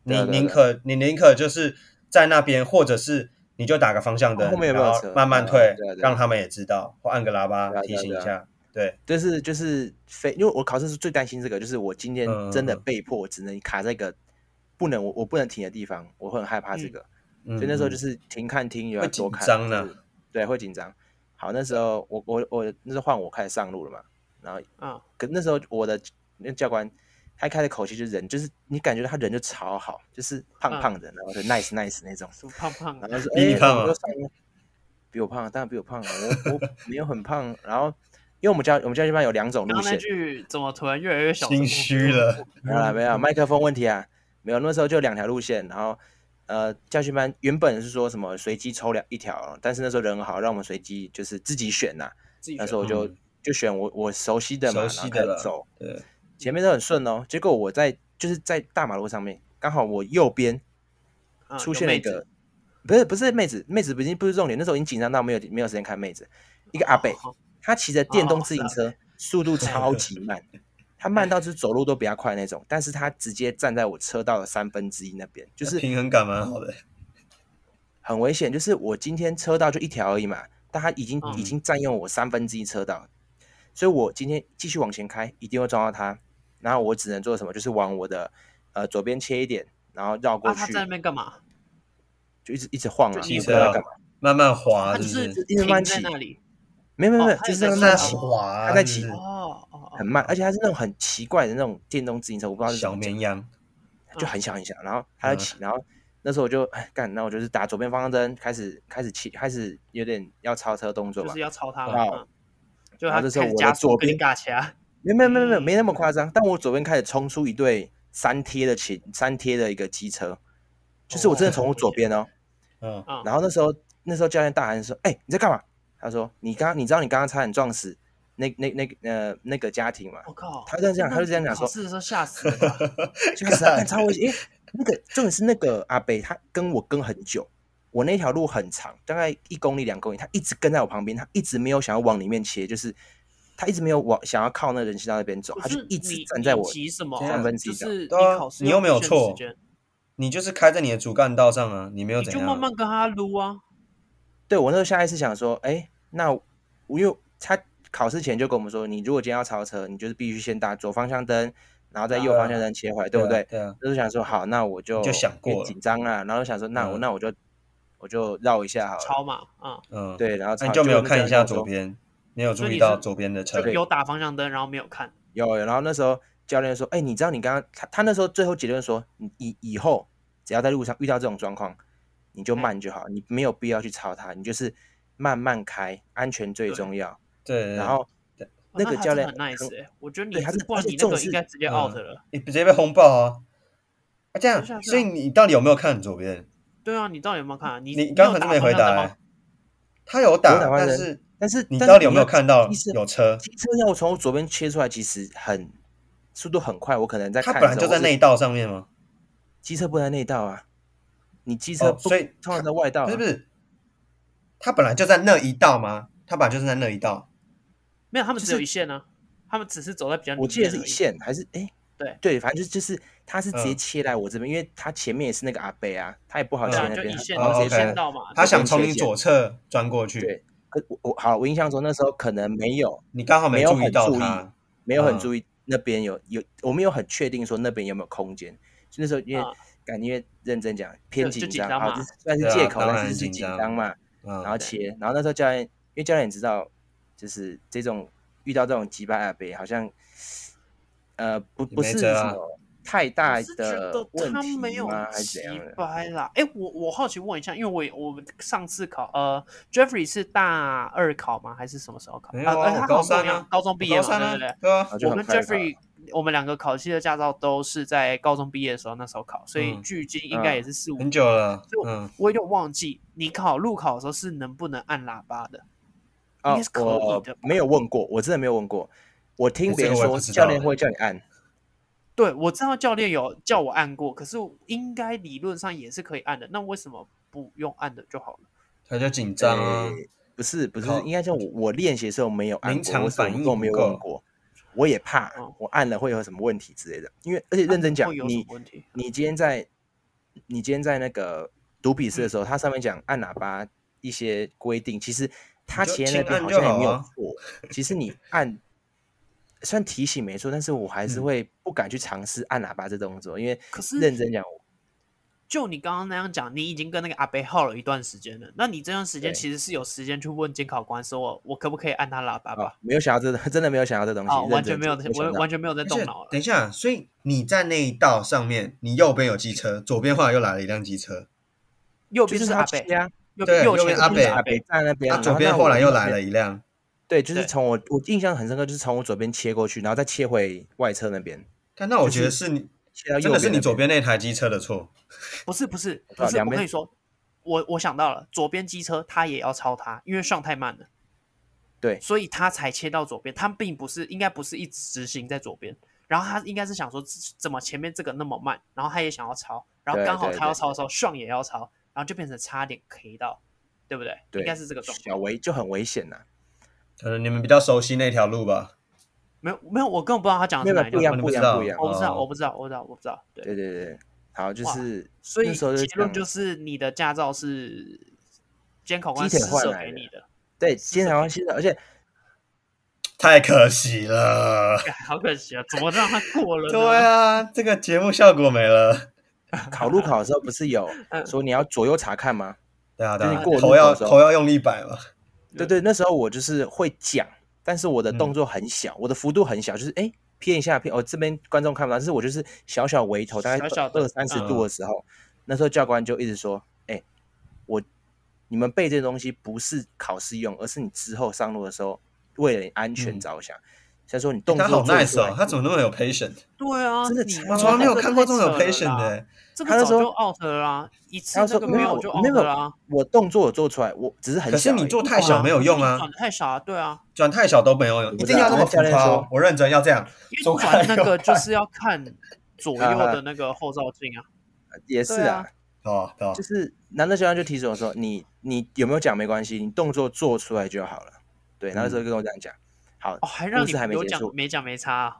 对啊
你
对啊
宁可你宁可就是在那边，或者是你就打个方向灯，
啊后面有没有
然后
车
慢慢
嗯
退
对啊，对啊
让他们也知道，或按个喇叭
对啊对啊
提醒
对
一
啊
下。对，
就是就是非，因为我考试是最担心这个，就是我今天真的
嗯嗯嗯
被迫只能卡在一个不能我我不能停的地方，我会很害怕这
嗯
个。
嗯
所以那时候
嗯
就是停看听有
会
要多
紧
看，
张啊
就
啦
是对，会紧张。好，那时候我我我那时候换我开始上路了嘛，然后
嗯，
可那时候我的那教官他开的口气就是人，就是你感觉到他人就超好，就是胖
嗯
胖的，然后就 nice nice 那种，
什么胖 胖
然
的，
后说
比你
哎
胖
我
啊
就上了比我胖，当然比我胖啊，我我没有很胖，啊然后因为我们教我们教学班有两种
刚
路
刚
线，
那句怎么突然越来越小声？
心虚了，
没有啦，
嗯
没有麦克风问题啊，没有。那时候就两条路线，然后呃，教训班原本是说什么随机抽两一条，但是那时候人很好，让我们随机就是自己选呐、
自己
那
选
时候我就、
嗯
就选我我熟悉的嘛，
熟
然后
悉
开
的
始
了。
走，
对，
前面都很顺哦。结果我在就是在大马路上面，刚好我右边
嗯
出
有
现了
妹
一个
子，
不是不是妹子，妹子不是不是重点，那时候已经紧张到没有没有时间看妹子。一个阿
哦
北，他骑着电动
哦
自行车，速度超 级慢，他慢到就是走路都比他快那种，但是他直接站在我车道的三分之一那边，就是
平衡感蛮好的。
很危险。就是我今天车道就一条而已嘛，但他已经
嗯
已经占用我三分之一车道，所以我今天继续往前开，一定会撞到他。然后我只能做什么，就是往我的呃左边切一点，然后绕过
啊，他
去，
在那边干嘛？
就一直一直晃啊，
骑
你不知
车
道
啊
干嘛。
慢慢滑，
他就是是
不是？
一直
停
慢
在
起
那里。
没有没有没有，
哦他
就
也
是
在
那种
车
那
道
种
滑，啊
他在骑
是不
哦哦，
很慢，而且它是那种很奇怪的那种电动自行车，我不知道
是
是怎
小
么讲
绵羊，
嗯
就很小很小，然后他就骑，然后那时候我就哎干，那我就是打左边方向灯，开始开始骑，开始有点要超车动作
就
吧
是，要超他
然后
了。嗯就
然
他
后这时候
开始
我的
加速
左
跟你
边
尬起来，
没有没有没有没有没那么
嗯
夸张，但我左边开始冲出一对三贴的骑三贴的一个机车，就是我真的从我左边哦，
嗯，
嗯，
然后那时候那时候教练大喊说：“哎、你在干嘛？”他说：“你刚你知道你刚刚差点撞死那那那个呃那个家庭嘛？”
我靠，
他就这样他就这样讲说
考试的时候 吓死
嗯
了吧，
就是啊，看超危险。因为那个重点是那个阿北，他跟我跟很久，我那条路很长，大概一公里两公里，他一直跟在我旁边，他一直没有想要往里面切，就是他一直没有往想要靠那人行道那边走，
不
他就是一直
你
站在
你
我。
急什么？
这样
分之一
就是 你
对啊
考试
你又没有
限
错
时间
你就是开在你的主干道上啊，你没有
你
怎
就
样
慢
啊，
慢跟他撸啊。
对我那时候下意识想说，哎、那我因为他考试前就跟我们说，你如果今天要超车，你就是必须先打左方向灯，然后在右方向灯切回来，对不
啊
对？
对啊，
就是想说，好，那我就
你就想过
因为
了
紧张啊，然后想说，那我、
嗯
那我就我就绕一下好了，
超嘛，啊、
嗯，，
对，然后超
那你就没有
那
看一
教练
下
跟我
左
说
边，没有注
所以
意
你
到
是
左边的车
就，有打方向灯，然后没有看，
有有，然后那时候教练说：“哎、你知道你刚刚他他那时候最后结论说，你以以后只要在路上遇到这种状况，你就
嗯
哎
慢就好，你没有必要去超他，你就是慢慢开，安全最
对
重要。
对，嗯对
然后
哇
那个
他
教
真
练
的很 nice 哎、我觉得你
对他是
不
而
然
且
你那
重
个
视
应该直接
嗯
out 了。
你直接被轰爆啊！啊，这样
是啊，是啊
所以你到底有没有看左边？
对啊，你到底有没有看啊？你
你
你
刚
有
才都
打
没
方
回
向灯
答
吗
欸？他有
有
打，
打方
但
向
是
但是
你
但是
到底有
你
没
要
有看到
机车
有车？
机车要从我左边切出来，其实很速度很快，我可能在
他
看
本
的
来
时候，
就在
我是
内道上面吗？
机车不能在内道啊，你机车
哦，
不、
所以
通常在外道、啊，
不是不是，他本来就在那一道吗？他本来就是在那一道，
没有，他们
就
只有
是
一线呢、他们只是走在比较
我
里
记得
面
是
而
一
已。
线还是哎、
对
对，反正就就是他是直接
嗯
切来我这边，因为他前面也是那个阿贝啊，他也不好
嗯
切
对啊，
那
就
边，
一
他
线
然后
一
直接切
线
，OK
道嘛。啊
他
啊就
想
跟
从
切
你
线
左侧钻过去，
对。可我我好，我印象中那时候可能没有
你刚好
没有
注意
很
到
注意
他，
没有很
嗯
注意那边有有，我没有很确定说那边有没有空间。所以那时候因为
啊
感因为认真讲偏
就
紧
就紧
张
张
啊，
嘛
这算是
对啊
借口，
当
但
然
是是
紧
紧
张
张嘛，然
嗯
后切，然后那时候教练，因为教练也知道，就是这种遇到这种击败阿北，好像呃不
也
不
没
是
辙啊
什么太大
我是觉
的
得
问
他没
题
有
吗？还是
急
怎样的？
掰啦。哎，我我好奇问一下，因为我也我们上次考呃，Jeffrey 是大二考吗？还是什么时候考？
没有啊
呃
我
他好
高
像跟我
三
一样
啊
高中毕业
高
嘛，
三
对
啊
不对？
对啊
然，后就
我
很
跟
快吧
Jeffrey，我们两个考汽车驾照都是在高中毕业的时候那时候考，所以
嗯
距今应该也
嗯
是四五
很久了
就，
嗯，
我有点忘记你考路考的时候是能不能按喇叭的，应
哦
该是，可以
我
的吧。
没有问过，我真的没有问过。我听
哎
别
这
人
个我也
说
不知
教
道
练
哎
会叫你按，
对，我知道教练有叫我按过，可是应该理论上也是可以按的，那为什么不用按的就好了？
他就紧张啊，
诶不是不是
靠，
应该像我我练习的时候没有按
临
过，
场
我是我
反应
我没有
不够
问过，我也怕
哦啊
我按了会有什么问题之类的。因为而且认真讲
会，有什么
你
问题？
你今天在你今天在那个读笔试的时候，它上面讲按喇叭一些规定，其实它
嗯你就
前面那边
轻按
好
就
像也没有
好啊
错。其实你按虽然提醒没错，但是我还是
嗯
会不敢去尝试按喇叭这动作，因为
可是
认真讲，
就你刚刚那样讲，你已经跟那个阿北耗了一段时间了，那你这段时间
对
其实是有时间去问监考官说我我可不可以按他喇叭
啊
吧？，
没有想到这 真的没有想到哦这东西
啊，，完
认
全
真
没有
讲
在，
没想
我
到
完全没有在
而且
动脑了
等。一下，所以你在那一道上面，你右边有机车，左边后来又来了一辆机车，
右
就
边
是
是
他
阿北
切，啊，
右
对
右
右
前
边阿
就是
北
阿
阿
北
北，
站那边，
啊，
然
左
后
边
那
后
我
来又
右
来
边
了一辆，
对，就是
对
从我我印象很深刻，就是从我左边切过去，然后再切回外侧那边，
但那我
就是
觉得是你
切到右
真的是你
那
左边那台机车的错，
不是不是
啊
不是，
两
我
边
跟你说，我我想到了，左边机车他也要超他，因为上太慢了，
对
所以他才切到左边，他并不是应该不是一直直行在左边，然后他应该是想说怎么前面这个那么慢，然后他也想要超，然后
对
刚好
对
他要
对
超的时候，上也要超，然后就变成差点 K 到，对不对？
对
应该是这个状
小
况。
维就很危险呐、
可能你们比较熟悉那条路吧。
没有没有，我根本不知道他讲的
没
是
有
哪
不一
一条
样，
我们
不一
不知
样，
道
不一样。
我不知道，
哦
我不知道，我不知道，我不知道。对，
对对对，好，就
哇
是
所以
那时候就是
结论
这
就
样
是你的驾照是监考官施
鸡腿换
舍
来
给
的
你的，
对，经常现在，而且
太可惜了。
好可惜啊！怎么让他过了呢？
对啊，这个节目效果没了。
考路考的时候不是有说你要左右查看吗？
对啊，
就
对
是
啊
过路，
头要
的时候
头要用力摆嘛。
对对，那时候我就是会讲，但是我的动
嗯
作很小，我的幅度很小，就是哎偏一下偏，哦这边观众看不到，但是我就是小小围头，大概
小小的
二三十度
嗯
的时候，那时候教官就一直说，哎，我你们背这东西不是考试用，而是你之后上路的时候为了你安全
嗯
着想。他说你动
他
作
好
做
nice
出来
哦，他怎么那么有 patient？
对啊，
真的
你
超
我从来没有看过这
这
种有
个太扯了
patient
啦
的欸。
这
他
个
就
早
说
就 out 了啦，一次
他
那
说
个
没
有
有
就
没
out
有
了啊，
我动作有做出来，我只是很
可是
小而已。
你做太小没有用啊
转，的太少啊，对啊，
转太小都没有用，一
不知
定要这
道
么
那
浮
教练
夸哦
说。
我认真要这样，
因为
左
转
看
那个
右
就
看
是要看左
啊
右的那个后照镜啊，
也是
对
啊
啊，
哦，对吧
就？是男的教练就提醒我说，你你有没有讲没关系，你动作做出来就好了。对，然后那
嗯
时候就跟我这样讲，好
哦，，还让
故
你
事还没
有
结
讲
束
没讲没差啊，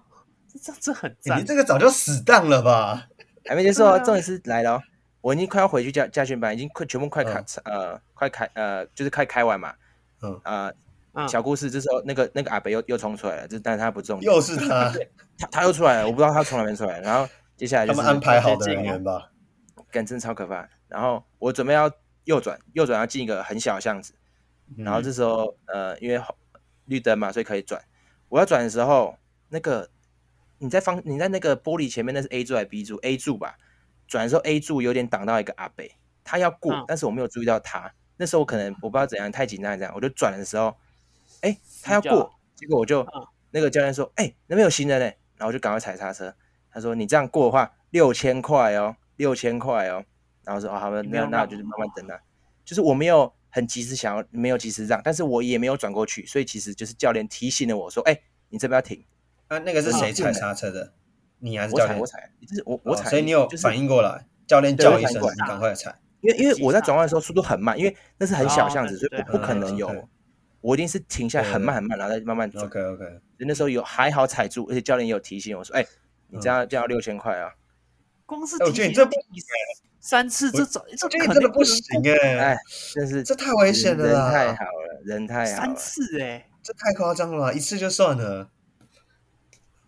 这这这很
欸
赞
你，这个早就死当了吧？
还没结束哦，
对啊
重点是来了哦，我已经快要回去教驾训班，已经快全部快开、呃快开呃就是快开完嘛，
嗯
呃
嗯，
小故事这时候那个那个阿北又又冲出来了，这但是他不重点，
又 是他，
他他又出来了，我不知道他从哪边出来，然后接下来就
他
是
们安排好的人员吧？
干真的超可怕。然后我准备要右转，右转要进一个很小的巷子，然
嗯
嗯
后这时候呃，因为红绿灯嘛，所以可以转。我要转的时候，那个你在方你在那个玻璃前面，那是 A 柱还是 B 柱？A 柱吧。转的时候 A 柱有点挡到一个阿北，他要过，
嗯
但是我没有注意到他。那时候我可能我不知道怎样，太紧张这样，我就转的时候，哎、他要
死角
过，结果我就、
嗯
那个教练说，哎、那边有行人呢、然后我就赶快踩刹车。他说你这样过的话，六千块哦，六千块哦。然后说哦，好吧，
你没
那
有
那我
让
就是慢慢等啊。就是我没有很及时想要，没有及时让，但是我也没有转过去，所以其实就是教练提醒了我说，哎、你这边要停。
啊，那个是谁踩
嗯
刹车的？你还是
我
教
踩，
练
我？踩，就是我我
哦
踩，
所以你有
就是
反应过来，教练
对
叫
我
一
反应
声，
过来
你赶快踩。
因为因为
急
我在
刹
转弯的时候速度很慢，因为那是很小
哦
巷
对
子，所以
对
不不可
嗯
能
嗯
有
嗯，
我一定是停下来
对
很
对
慢很慢，然后再慢慢转。
OK OK，
那时候有还好踩住，而且教练也有提醒我说，哎，你这
嗯
样这样六千块啊，
光是
哎我
提
觉得
醒
你这不
第三次这早这
这个
可
真的
能
不行哎
哎，，真是
这太危险了
人太
啦，
好了，人太好
三
了，
次哎，
这太夸张了吧，一次就算了，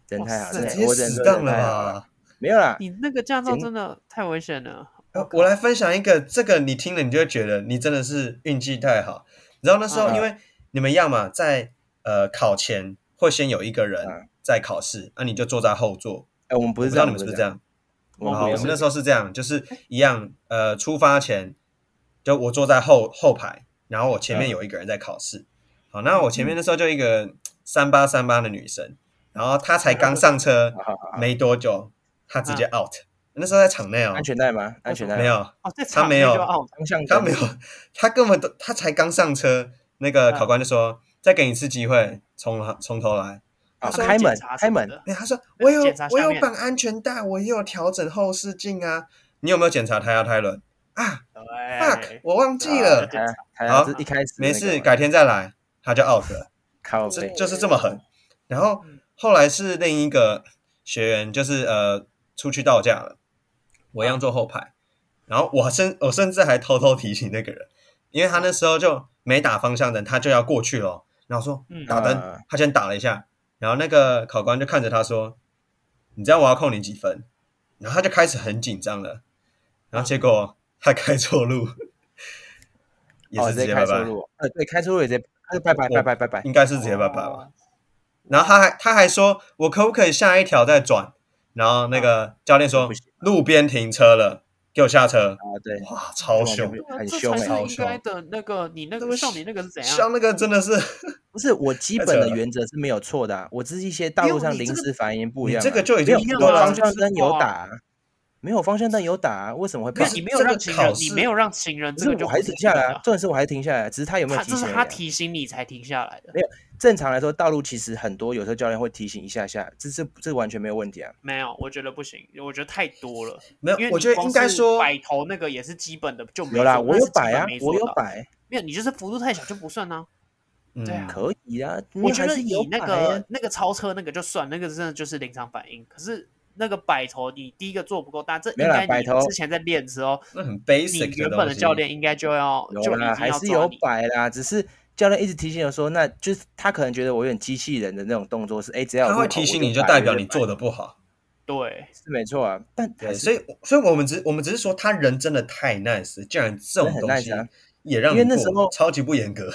人太好
哇塞
了，
这直
人
接
我只能
死
说
当
人
了
太好了，
吧。
没有啦，
你那个驾照
行
真的太危险了。
呃我来分享一个，这个你听了你就会觉得你真的是运气太好。你知道那时候
嗯
因为你们要嘛在呃考前会先有一个人
嗯
在考试，那、你就坐在后座。
哎，我们不
我
是这
不知道
样，
你们是不
不是
是这
这样，
样？
我
好，
们
我
不
们
是
那时候是这样，就是
哎
一样，呃，出发前就我坐在后后排，然后我前
嗯
面有一个人在考试。好，那我前面那时候就一个三八三八的女生，然后她才刚 上车
好好好
没多久，她直接
嗯
out。那时候在场内哦
安，全带吗？安全带吗
没，有，
哦，在
他
场
没
内
有
就 out
方向
她
灯
没有，她根本都她才刚上车，那
嗯
个考官就说：“再给你一次机会，从从头来。”
啊，
他们
开
检
门
查什
开
么
门，
的
哎、他说我有
检查
我
下
有
面
绑安全带，我也有调整后视镜啊。你有没有检查胎压胎轮啊？fuck，
对，
我忘记
啊
了，
开开
好
这一开始
没
那个
事，
嘛
改天再来。他就 out 了，
靠
这
背，
就是这么狠。然后
嗯
后来是另一个学员，就是呃出去道架了，
嗯
我一样坐后排，然后我甚我甚至还偷偷提醒那个人，
嗯
因为他那时候就没打方向灯，他就要过去了，然后说
嗯
打灯
嗯，
他先打了一下，然后那个考官就看着他说：“你知道我要扣你几分？”然后他就开始很紧张了，然后结果他开错路，也
哦
是
直接
直接
开
拜
错
拜，
路，呃，对，开错路也直接，呃拜拜拜拜拜拜，
应该是直接拜拜吧
哦。
然后他还他还说：“我可不可以下一条再转？”然后那个教练说
不行：“
路边停车了，给我下车。
啊，对”，
哇，超
这种
凶
就！
对啊
很
这
凶
才
欸
是
超
应该
凶
的那个，你那
这
个
个
像你那个是怎样？
像那个真的是，
不是我基本的原则是没有错的啊，我只是一些道路上
没有你
临
这个
时反应不一
你
样啊，
这个就已
没
经
有
一样
我
对
啊
了
方向灯有打啊，没有方向灯有打、啊，为什么会
可
被？
是你没有
这个
让情人
考，
你
试
没有让情人
可
这
是
个就
我还
停
停下来啊
了，
重点是我还停下来，只是他有没有
他
提
这
醒
是
而已
他
啊
提醒你才停下来的
没，正常来说，道路其实很多，有时候教练会提醒一下下，这这这完全没有问题啊。
没有，我觉得不行，我觉得太多了，
没有
因为，
我
你
觉得
光
应该
是
说，
摆头那个也是基本的就没
有啦，
做
我
那
有
是基
摆
本
啊
没，做
我有
到，
摆，
没有，你就是幅度太小就不算啊。
嗯
对啊
可以啊。
我
你
觉
还
得
是
以
有
那
摆
个
啊
那个超车那个就算，那个真的就是临场反应。可是那个摆头，你第一个做不够大，这应
没有啦
该
摆
你
头
之前在练的时候，
那很
你
basic
原
东
本的
西
教练应该就要就
有
已经
啦，还
要
是
抓
有
你。
摆啦，只是教练一直提醒我说，那就是他可能觉得我有点机器人的那种动作是，哎，只要有
他会
路口
提
我
醒你，就
摆
代
我
表你
摆
做的不好。
对，
是没错啊。但还
对，
是
所以所以我们只我们只是说他人真的太 nice，了竟然这种
很
东西
nice 啊
也让
因为
你
那时
过
候
超级不严格。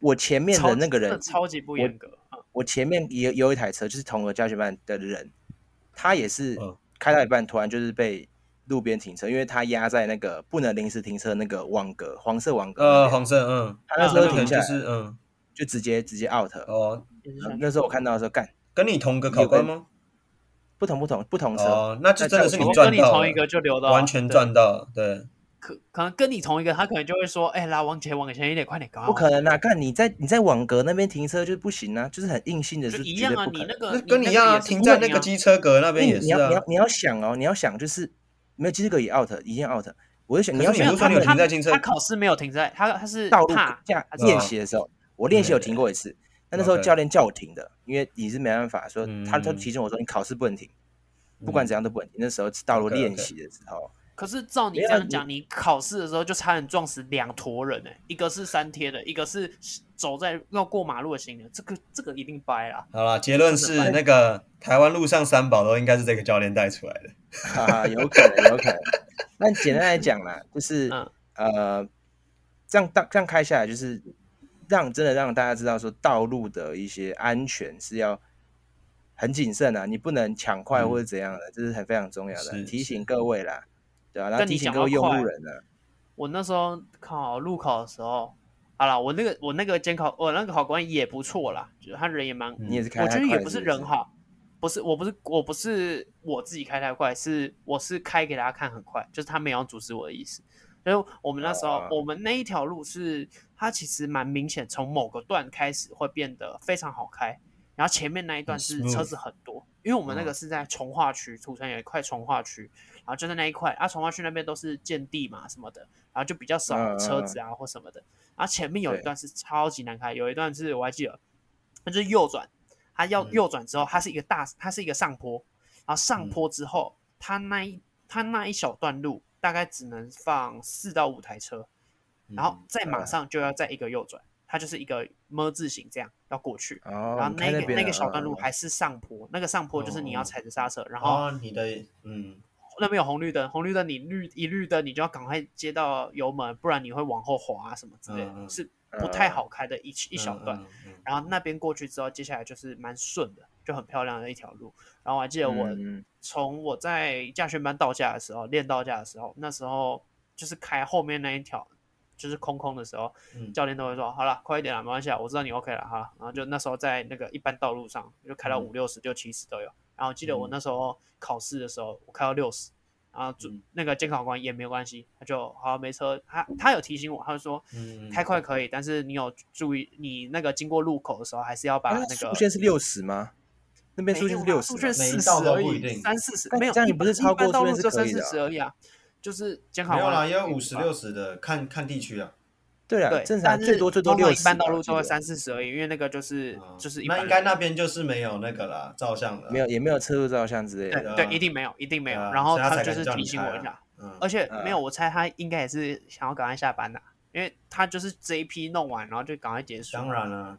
我前面
超
的那个
真
人，
超级不严格。嗯
我前面也有一台车，就是同个教学班的人，他也是
嗯
开到一半，突然就是被路边停车，因为他压在那个不能临时停车的那个网格，黄色网格那边。
呃，黄色，嗯，
他那
啊
时候
可
停
能
下
就
来，
是嗯
就直接直接 out 了。
哦，
就是
然后
像
那时候我看到的时候，干
跟你同个考官吗？
不同不同不同车，
哦，那就真的是
那
我
赚
跟你
到
同一
了，
个就留到
完全，赚到了，啊对。
对可可能跟你同一个，他可能就会说，哎，来往前往前一点，快点，赶
不
快往
可能啊！干你在你在网格那边停车就是不行啊，就是很硬性的，
就是一
绝
样
对
啊，
不
你
可能
那。个
那跟
你
你
那
一样
个
啊，
也是
停
不
在
能
那
啊
个机车格那边
因为
也
你
是
要你
啊
要。你要想哦，你要想就是没有机车格也 out，一定 out。我就想
可
你
是
要
比
没
想
有
如说
他
你有
们
停
他
在进车
他考试没有停在，他他是
道路
怕
下
还是
练习的时候，我练习有停过一次，但那时候
OK
教练叫我停的，因为你是没办法说，他他
嗯
提醒我说你考试不能停，不
嗯
管怎样都不能停。那时候是道路
OK，OK
练习的时候，
可是照你
没有
这样
你
讲，你考试的时候就差点撞死两坨人呢、一个是三贴的，一个是走在要过马路的行人，这个这个一定掰啦。
好啦，结论是那个台湾路上三宝都应该是这个教练带出来的。
哈哈，有可能，有可能。那简单来讲啦，就是、
嗯
呃，这样当这样开下来，就是让真的让大家知道说，道路的一些安全是要很谨慎啊，你不能抢快
嗯
或者怎样的，这是很非常重要的，
是
提
是
醒各位啦，对啊，然后
但你
提醒
讲
各位
到
用
快
路人啊，
我那时候考路考的时候，好啦，我那个我那个监考我那个考官也不错啦，就是他人也蛮，
嗯
你也是开
我
太
觉得
快
也
了
不
是
是人
好，
好，不是我不是我不是我自己开太快，是我是开给大家看很快，就是他没有要阻止我的意思。就是我们那时候，
啊
我们那一条路是它其实蛮明显，从某个段开始会变得非常好开，然后前面那一段
很
是
smooth
车子很多，因为我们那
嗯
个是在从化区，土城有一块从化区，然后就在那一块，啊，从化区那边都是建地嘛什么的，然后就比较少
嗯嗯
车
嗯
子啊或什么的，然后前面有一
对
段是超级难开，有一段是我还记得，它就是右转，它要
嗯
右转之后，它是一个大，它是一个上坡，然后
嗯
上坡之后，它那一它那一小段路大概只能放四到五台车，
嗯
然后再马上就要再一个右转，它就是一个么字形这样要过去，
哦，
然后
你
那
开
个
边
那个
啊
小段
嗯
路还是上坡，那个上坡就是你要
哦
踩着刹车，然
然
后
后你的嗯，
那边有红绿灯，红绿灯你绿一绿灯你就要赶快接到油门，不然你会往后滑啊什么之类
嗯
的，
嗯
是不太
嗯
好开的一一小段。然后那边过去之后，接下来就是蛮顺的，就很漂亮的一条路。然后我还记得我
嗯
从我在驾训班到驾的时候，练到驾的时候，那时候就是开后面那一条就是空空的时候，
嗯
教练都会说：“好了，快一点啦，没关系啊，我知道你 OK 了哈。”然后就那时候在那个一般道路上，就开到
嗯
五六十、六七十都有。然后我记得我
嗯
那时候考试的时候，我开到六十，然后就
嗯
那个监考官也没有关系，他就好没车，他他有提醒我，他就说
嗯
开快可以，但是你有注意，你那个经过路口的时候，还是要把
哎
那
那
个
速限是六十吗？那边速限是
没有
六
啊
十
速，限
每
四
一
十
道都
而
不一
已，
定
三四十
但
没有，
这样
一
你不是
般
超过
一般道
速限
路
是
就
可
三
以
四
的啊
十而已啊，就是监考
没有
完
啦，
了
也有
可以
五十
吧
六十的，看看地区啊。
对啊，
对，
正
但
常最
是
多最多
通常
六
一
十，
般道路都会
我记得
三四十而已，因为那个就是
嗯
就是一
那
般
应该
人
那边就是没有那个啦，照相的啊
没有，也没有车速照相之类
对
的。
啊
对，一定没有，一定没有。
对啊
然后
所以他才
就
敢
是
叫
提
你
醒
开
我一
啊
下，
嗯，
而且
嗯
没有，我猜他应该也是想要赶快下班的、因为他就是这一批弄完，然后就赶快结束。
当然啦，
啊，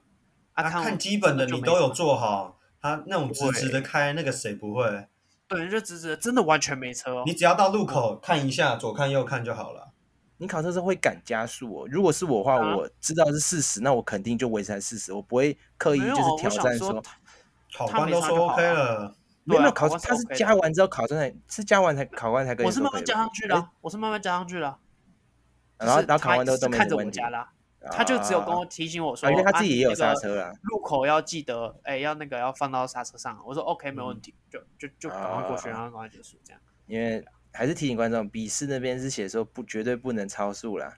啊
看
看
我
基本的
就
你
没
都
什
有
么
做好，他那种直直的开，那个谁不会？
对，就直直的真的完全没车哦
你。只要到路口看一下，左看右看就好了。
你考车时候会赶加速哦。如果是我的话，
啊
我知道是四十，那我肯定就维持在四十，我不会刻意
没
就
有，啊
是
我
挑
想
战
说
说
他，
考
他
官
没
都
上
说
就好
OK
啊
了，
没有
对
没
啊
有考
考
试，他
官是
是
OK 的
加完之后考上来，是加完才考官才跟
我
你
是
说
慢
可
慢
以
加
吗。
上去的啊、我是慢慢加上去的啊、
哎然后
就是
然后考
他
完都
是
都没
看
什
着
么
我
问题
加，啦，他就只有跟
啊
我提醒我说，
啊因为他自己也有
啊
刹
那个
车啦。
路口要记得，哎、要那个啊要放到刹车上。我说 OK，没问题，就就就赶快过去，
嗯啊
然后赶快结束这样。
因为还是提醒观众，笔试那边是写说不绝对不能超速啦，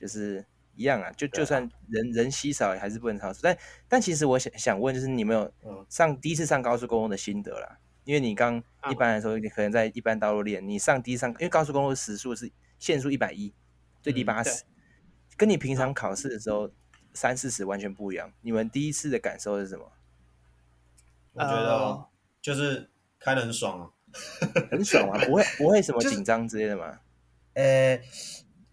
就是一样啊，就就算人、人稀少，还是不能超速。但但其实我想想问，就是你们有
嗯
上第一次上高速公路的心得啦？因为你刚
啊
一般来说，你可能在一般道路练，你上第一上，因为高速公路时速是限速一百一，最低
嗯
八十、跟你平常考试的时候三四十完全不一样。你们第一次的感受是什么？
我觉得
呃
哦就是开的很爽啊。
很爽吗？不会不会什么
就是
紧张之类的吗？
呃，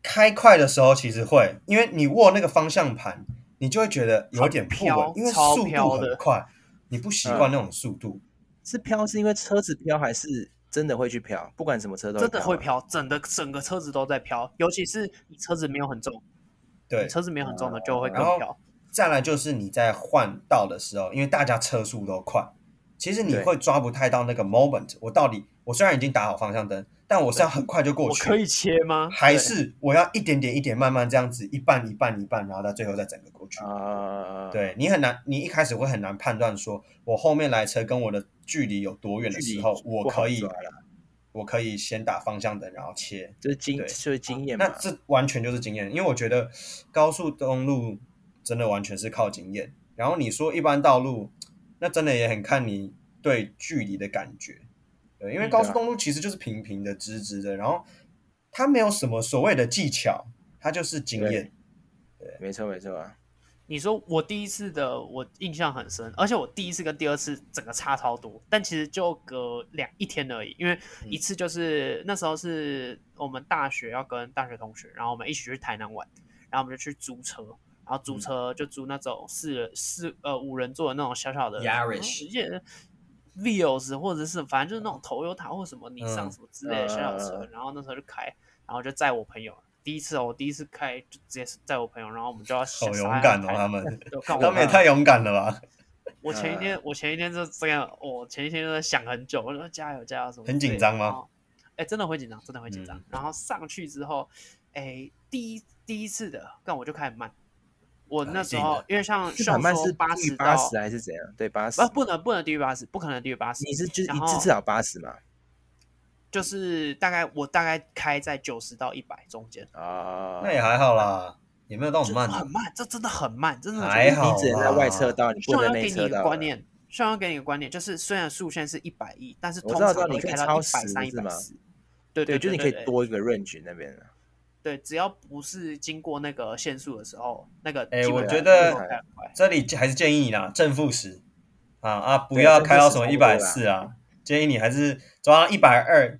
开快的时候其实会，因为你握那个方向盘，你就会觉得有点不稳
超飘，
因为
超
速度
飘的
很快，你不习惯那种速度。
是飘是因为车子飘，还是真的会去飘？不管什么车都啊
真的会
吗。
飘，整的整个车子都在飘，尤其是你车子没有很重，
对
你，车子没有嗯很重的就会更
然后
飘。
再来就是你在换道的时候，因为大家车速都快，其实你
对
会抓不太到那个 moment。我到底，我虽然已经打好方向灯，但我是要很快就过
我
去，
可以切吗？
还
对
是我要一点点一点慢慢这样子，一半一半一半，然后到最后再整个过去？
啊，
对你很难，你一开始会很难判断说，我后面来车跟我的距离有多远的
距
时
离
候，我
不好
可以
抓，啦
我可以先打方向灯，然后切。
就是经
对
就是经验嘛
那。这完全就是经验，因为我觉得高速公路真的完全是靠经验。然后你说一般道路，那真的也很看你对距离的感觉。对，因为
嗯
高
对
速
啊
公路其实就是平平的、直直的，然后它没有什么所谓的技巧，它就是经
对
验。
没错没错啊，
你说我第一次的我印象很深，而且我第一次跟第二次整个差超多，但其实就隔两一天而已，因为一次就是、那时候是我们大学要跟大学同学，然后我们一起去台南玩，然后我们就去租车，然后租车就租那种四人四呃五人座的那种小小的
Yaris
嗯也 Vios 或者是反正就是那种 Toyota 或什么尼
嗯
桑什么之类的小小
嗯嗯
车
嗯，
然后那时候就开，然后就载我朋友。第一次哦，我第一次开就直接载我朋友，然后我们就要
好勇敢哦，他们，
就干
他
我
啊
啊
们也太勇敢了吧！
我前一天，我前一天就这样，我前一天就在想很久，我说加油加油什么之类的。
很紧张吗
然后？哎，真的会紧张，真的会紧张
嗯。
然后上去之后，哎，第一第一次的，但我就开始慢。我那时
啊一
候
定
因为像
是
像
缓慢
说
是
八
低于
十
八
到
十还是怎样？对，八十
啊，。不能不能低于八十，不可能低于八十。
你是就是
然
一
后
次至少八十嘛？
就是大概我大概开在九十到一百中间，
啊，
那也还好啦，也没有到
就
很慢啊
很。慢，这真的很慢，真的很
还
慢
好啊
你只能在
啦
外车道，你不
炫
能
要
在内
给你
车
一个
道。
观，念，炫要给你一个观念，就是虽然速限是一百一，但是
我
通
知道
常
知道
都
你
会
可以
开到
超
一百三、
10
一
是
百
吗
四。对
对，就是你
对
可以
对
多一个 range 那边的。
对，只要不是经过那个限速的时候，那个
哎
基
我
本上
觉
都
得
开得快
这里还是建议你啦，正负十啊啊，不
对
要
正负
开到
10
什么
差
一
不多
百
啦
四啊，建议你还是抓到一百二，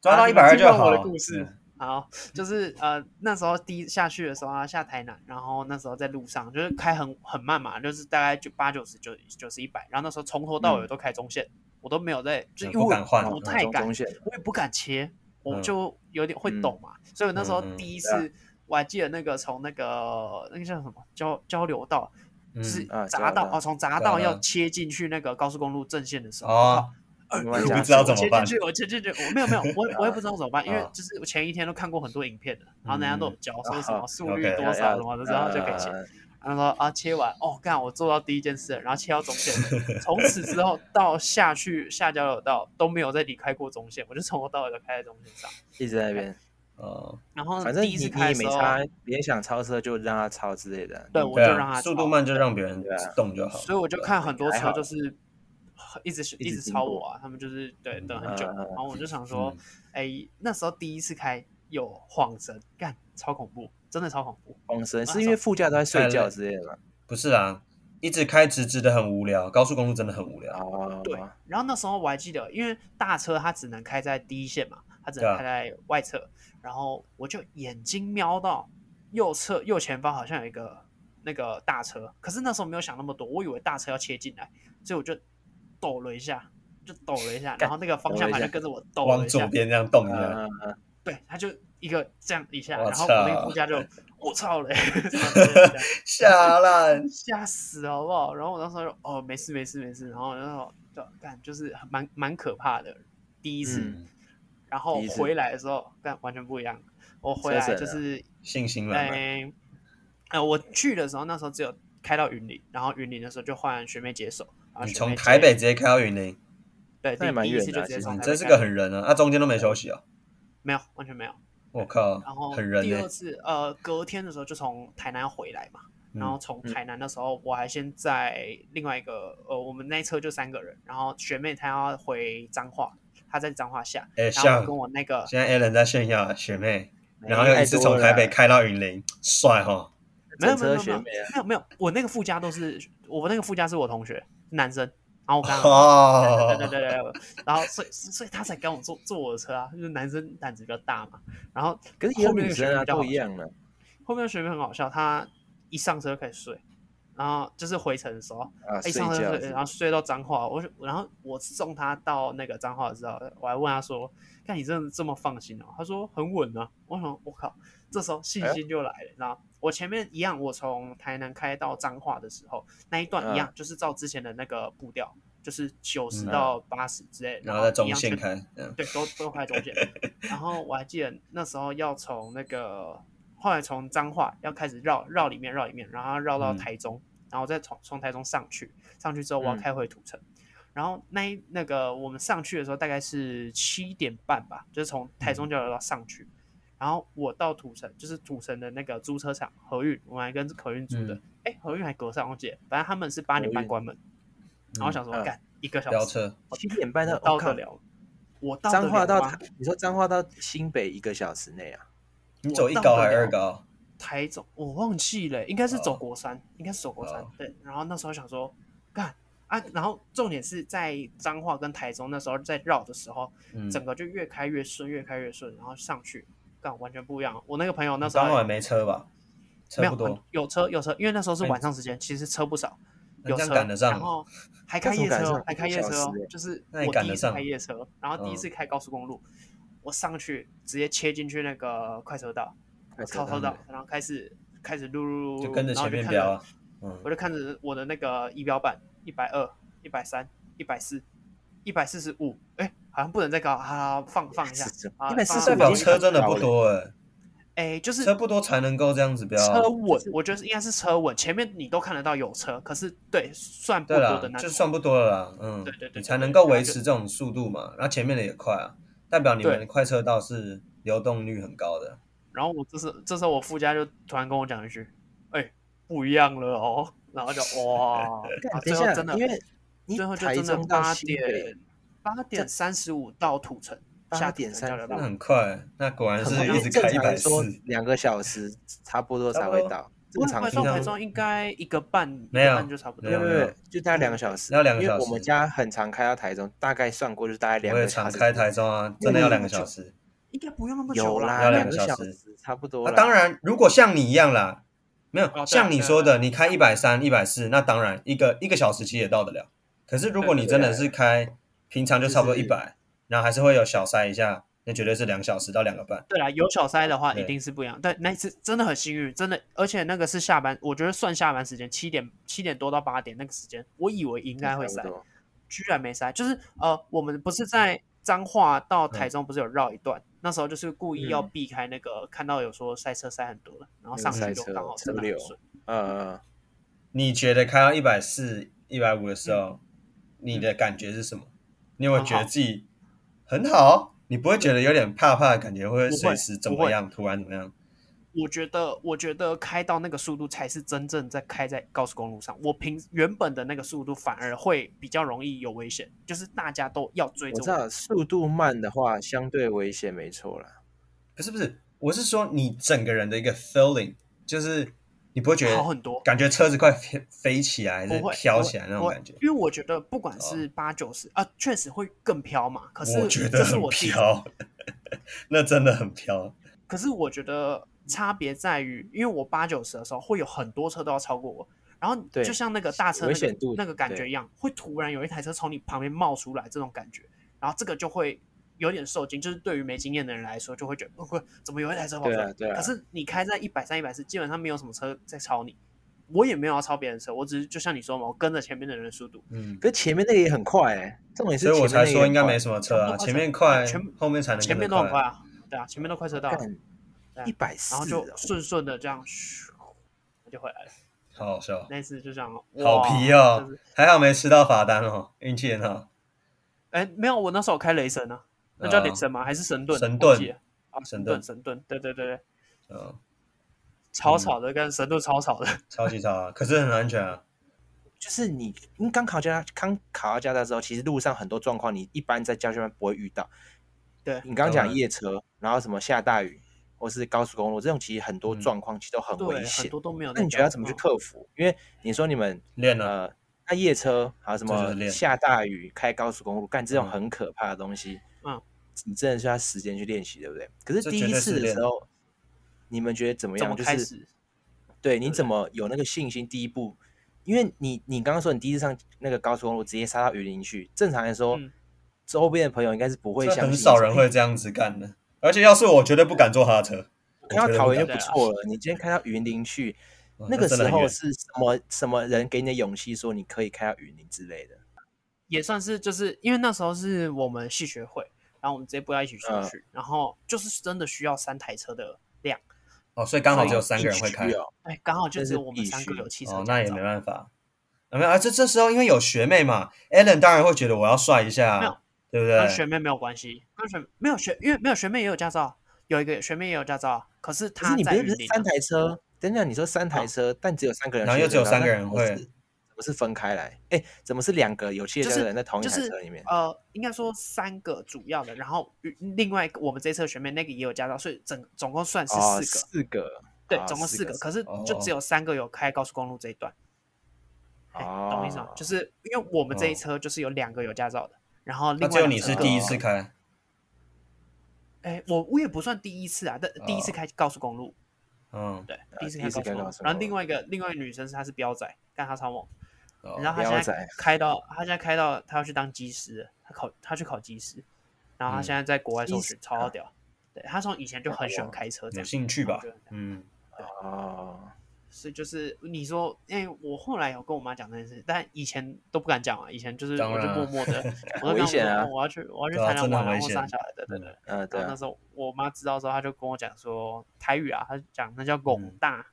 抓
啊
到一
你
百
们
二
听
就
过
好。
我的故事
嗯
好，就是呃那时候第一下去的时候啊，下台南，然后那时候在路上就是开很很慢嘛，就是大概就八九十九九十一百，然后那时候从头到
嗯
尾
哦
都开中线，我都没有在，就
嗯
因
不
为我
敢换
我
嗯
哦太
啊中
赶
中线
我也不敢切，我
嗯
就有点会抖嘛，所以我那时候第一次、
嗯
我还记得那个从那个那个叫什么交交流道，就是
嗯，
啊
匝
交
道
流道
哦，从匝
道
道要切进去那个高速公路正线的时候，我靠
啊哦，
呃
慢慢
我
加
不知道
速
怎
我
么
切
办
进去，我切进去，我没有没有， 我也我也不知道怎么办，因为
啊
就是我前一天都看过很多影片的，然后人家都有教说什
啊
么速率
嗯哦 OK，
多
要
少
要
什么的，然后就可以切。
呃
然后说啊，切完哦，干，我做到第一件事了，然后切到中线，从此 之后到下去下交流道都没有再离开过中线，我就从头到尾都开在中线上。
一直在那边，
呃，
然后
反正
第
你
一
你
次
也
开的
没
时候，
差，别想超车就让他超之类的。
对
你
我
对
就让
啊，
他
速度
超
慢就让别人
对啊
动就好。
所以我就看很多
还好
车就是一直
一直
一直
经
超
过
我啊，他们就是对等很久，
嗯嗯嗯
然后我就想说
嗯，
哎、那时候第一次开有晃神，干超恐怖，真的超恐怖。
晃神是因为副驾都在睡觉之类的嘛？
不是啦，一直开直直的很无聊，高速公路真的很无
啊
聊。
哦，
对，然后那时候我还记得，因为大车它只能开在第一线嘛，它只
对啊
能开在外侧，然后我就眼睛瞄到右侧右前方好像有一个那个大车，可是那时候没有想那么多，我以为大车要切进来，所以我就抖了一下，就抖了一下，然后那个方向盘就跟着我抖了
往
一
左
下，
边这样动一下，
嗯
对，它就一个这样一下，
我
然后我那个
操
副驾就我操嘞，这样子这样
下烂。
吓死好不好？然后我那时候就哦没事没事没事，然后那时候就干就是蛮蛮可怕的第一次，
嗯
然后
第一次
回来的时候干完全不一样。我回来
车
就
神啊
是
信心满满。
哎哎，我去的时候那时候只有开到云林，然后云林的时候就换学妹接手。然后
你
学
从
妹接
台北直接开到云林，
对
那也
第
蛮
第一
远
次
的
就
啊
直接
其实
从
你
台
真
北
是
开
个
到
狠人啊！啊，中间都没休息啊。
没有，完全没有。
我靠
然后，
很人
第
欸
呢、
二次，呃，隔天的时候就从台南回来嘛，
嗯
然后从台南的时候，我还先在另外一个，呃，我们那一车就三个人，然后学妹她要回彰化，她在彰化下，
哎、
然后
像
我跟我那个
现在 Alan 在炫耀啊学妹，然后
没
又一次从台北，
太
开到云林，帅哈！
多
没有
了整
没有
车
没
学
有
妹啊，
没有没有，我那个副驾都是我那个副驾是我同学，男生，然后我跟他
哦，
对对对对对，然后所以所以他才跟我坐坐我的车啊，就是男生胆子比较大嘛。然后
可是也有
后面
女
的学
生
妹
啊，
比较
都
好
一
笑
样的。
后面的学妹很好笑，她一上车就开始睡，然后就是回程的时候，
啊，
她
睡
一上车
觉
就睡，然后睡到彰化。我就然后我送她到那个彰化之后，我还问她说：“看你真的这么放心哦？”她说：“很稳啊。”我想我靠，这时候信
哎呦
心就来了，然后。我前面一样，我从台南开到彰化的时候，那一段
嗯
一样，就是照之前的那个步调，就是九十
嗯
到八十之类的，
然后在
一
中
样
线
去
开，嗯，
对，都都快中线。然后我还记得那时候要从那个，后来从彰化要开始绕绕里面绕里面，然后要绕到
嗯
台中，然后再从从台中上去，上去之后我要
嗯
开回土城。然后那一那个我们上去的时候大概是七点半吧，就是从台中交流道上去。然后我到土城，就是土城的那个租车场合运，我们还跟可运租的
嗯，
哎、合运还隔上我姐，反正他们是八点
合
半
运
关门。然后
嗯
想说
嗯
干、一个小
飙
时，
车，
我
七点半到，
我到
我靠
得，了，我到得
彰化
了
到
吗
台你说彰化到新北一个小时内啊，
你
我
走一
到
高
得
还是
了
二高？啊
台中，我忘记了，应该是走
哦
国三，应该是走国三。
哦
对，然后那时候想说，干啊，然后重点是在彰化跟台中那时候在绕的时候，
嗯，
整个就越开越顺，越开越顺，然后上去，干完全不一样。我那个朋友那时候
刚好也没车吧？
没
车
有
不多，
有车有车，因为那时候是
那你
晚上时间，其实车不少，
那
有
这
车
样赶得上
然
吗
后还
这
开
怎么
夜
赶
车
上
哦
啊，
还
一个
开夜
小
车哦
时欸，
就是
那你
我
赶
第
得
一次
上
开夜车，然后第一
嗯
次开高速公路，我上去直接切进去那个快车道，
快车
超车
道
道，然后开始开始撸撸撸，
嗯就跟着
然后
前面
看着
飙啊。嗯
我，就看着我的那个仪表板，一百二、一百三、一百四、一百四十五，哎，好像不能再高，啊，放放一下，啊
一百四
放
十
代
五
表
已经
车
很
真的
高
不
了，
多哎，
哎，就是
车不多才能够这样子飙啊。
欸
哦
车稳，我觉得是应该是车稳，前面你都看得到有车，可是对算不
对
多
啦
的，那
就
种
算不多了啦，嗯，
对对对
你才
对
能
对
够
然后
维
就
持这种速度嘛。然后前面的也快啊，代表你
对
们的快车道是流动率很高的。
然后我这时这时候我副驾就突然跟我讲一句：“哎、不一样了哦。”然后就哇，啊、
干
最
等一
后
下
真，的
因，为你
最后就
台
真的
中到
八
新北
点八点三十五到土城，下土城
8:35
交流道
那很快，欸那果然
很快
是一直开
正
一
常
百
来
四，
说两个小时差不多才会到，正常
台
平
中
常
台中应该一个半，
没有
一个半就差不多
没有
没
没
有
有，没有就大概两个小时，
要两个
因为
小
我们
时
家很常开到台中，大概算过就是大概两
我也
个
常
小时。
开台中啊，真的要两个小时。
应该不用那么久
有
啦
啦，
要，
两个
两个
小
小时
时差不多
那
啦。
啊当然，如果像你一样啦，没
对
有
啊
像你说
对啊
的，你开一百三、一百四，那当然一个一个小时其实也到得了。可是如果
对
你
对
真的
对
是开平常就差不多
就
一
是
百，然后还是会有小塞一下，那绝对是两小时到两个半。
对啦，啊
嗯
有小塞的话
对
一定是不一样。但那一次真的很幸运，真的，而且那个是下班，我觉得算下班时间七点七点多到八点那个时间，我以为应该会
差
塞
不，多
居然没塞。就是呃，我们不是在彰化到台中不是有绕一段，那时候就是故意要
嗯
避开那个、看到有说塞车塞很多了，然后上去
嗯
就
塞车
刚好真的
车流
很顺。
嗯嗯，
你觉得开到一百四、一百五的时
嗯
候，你的感觉是什么？你有没有觉得自己很好？你不会觉得有点怕怕的感觉，会
不会
随时怎么样，突然怎么样？
我觉得，我觉得开到那个速度才是真正在开在高速公路上。我平原本的那个速度反而会比较容易有危险，就是大家都要追
我
着
知道速度慢的话相对危险，没错啦。
不是不是，我是说你整个人的一个 feeling，就是你不会觉
好
得
很多。
感觉车子快飞飞起来，还是
不会
飘起来那种
我
感觉？哦
因为我觉得不管是八九十啊，确实会更飘嘛。可是
我觉得
这是
很
我自己
飘， 那真的很飘。
可是我觉得差别在于，因为我八九十的时候会有很多车都要超过我，然后
对
就像那个大
危
车那个
险度
那个感觉
对
一样，会突然有一台车从你旁边冒出来这种感觉，然后这个就会有点受惊，就是对于没经验的人来说，就会觉得，会怎么有一台车跑出
对
来？
啊对啊
可，是你开在一百三、一百四，基本上没有什么车在超你，我也没有要超别人的车，我只是就像你说嘛，我跟着前面的人的速度，
嗯，
可是前面那个也很快哎，重点是
所以我
前面那
才
个
说应该
也
没
很
什么车啊，前
全部
面
快
快
全，
后面才能
前面
跟
都
得
很快
快。
啊，对啊，前面都快车道
快
了，
干一百四，
啊
哦
然后就顺顺的这样，咻我就回来了。
好好笑。
那次就这样，
好
哇
皮哦
就是，
还好没吃到罚单哦，运气很好。
哎，没有，我那时候有开雷神啊，那叫雷神吗？还是神盾？
嗯神
我忘记
盾
了
神
盾
盾，
神盾，对对对对，
嗯，
超吵的，跟神盾超吵的，
超级超啊，可是很安全啊，
就是你你刚考加拿刚考到加拿大之后，其实路上很多状况你一般在教学班不会遇到。
对
你刚刚
当
讲
然
夜车，然后什么下大雨或是高速公路这种，其实很多
嗯
状况其实都很危
对，很
险。
多都没有
那
在讲。
你觉得要怎么去
嗯
克服？因为你说你们
练啊
啊
了，
呃，那夜车还有什
嗯这就是
么
练
下大雨、开高速公路，干这种
嗯
很可怕的东西，
嗯，
你真的需要时间去练习，对不对？可是
这
第
绝
一
对
次
是
的
练
时候，你们觉得怎么
怎
样？
么
啊就
开
是
始？
对，
对
你
不
怎
对
么有那个信心？第一步，因为你你刚刚说你第一次上那个高速公路直接杀到云林去，正常来说，
嗯
周边的朋友应该是不会
这
相信
很
你
少
说
人
哎
会这样子干的，而且要是我绝对不敢坐他的车，我
开到
绝对
桃园
敢
就不
对啊
错了，你今天开到云林去，
嗯
那个
真的
时
很
候
远
是什么什么人给你的勇气说你可以开到云林之类的？
也算是就是因为那时候是我们系学会，然后我们直接不要一起出
嗯
去，然后就是真的需要三台车的量，
哦，所以刚好只有三个人会开
必须，哦
哎，刚好就
这
只
是
有我们
必
三个
须
有汽车驾照、
哦，那也没办法。啊没有啊，这这时候因为有学妹嘛，Allen 当然会觉得我要帅一
没有
下，对不对？
跟学妹没有关系，跟学没有学，因为没有学妹也有驾照，有一个学妹也有驾照，可是
可是
她
你不
在
是
云
不是
林啊
三台车？等等，你说三台车，但只有三个人
然后
去
又
得
只有
到
三
那
个人
怎么
会
是怎么是分开来？哎，怎么是两个有汽车
就
驾
是
的人在同一
就
台
是
车里面？
呃，应该说三个主要的，然后与另外一个我们这次的学妹那个也有驾照，所以整总共算是
哦，
四个，
四个，
对
哦，
总共
四
四
个
个，
四
可是
个
就只有三个有开高速公路这一段。哎
哦，
懂意思吗？就是因为我们这一
哦
车就是有两个有驾照的，然后另
那
外
只有
两哦
你
车
是
都
第一
有
次开，
哎，我我也不算第一次啊，但第一次
哦
开高速公路，
嗯，
对，第一次
呃第一
开
次开
高速公
高
路
速。
然后
公
另
路嗯
外一个另外一个女生是她是彪仔，但她超猛，
哦
然后她
彪
现在
仔
开到她现在开到她要去当技师了，她考她去考技师，然后她
嗯啊
现在在国外
技
受
师
训，超屌。对，她从以前就很喜欢
哇
开车这
哦有
样，
兴趣吧
我觉得？
嗯，
哦，
是就是你说，哎、我后来有跟我妈讲这件事，但以前都不敢讲啊，以前就是
当
我就
然啊
默默的，我就
危
跟我
险啊
说我要去我要去
对啊
台南
真的
玩
很
啊，
危
或
险
上小孩，对对对。
嗯，对
然后那
啊，
时候我妈知道之后，她就跟我讲说台语啊，她就讲那叫拱
嗯
大，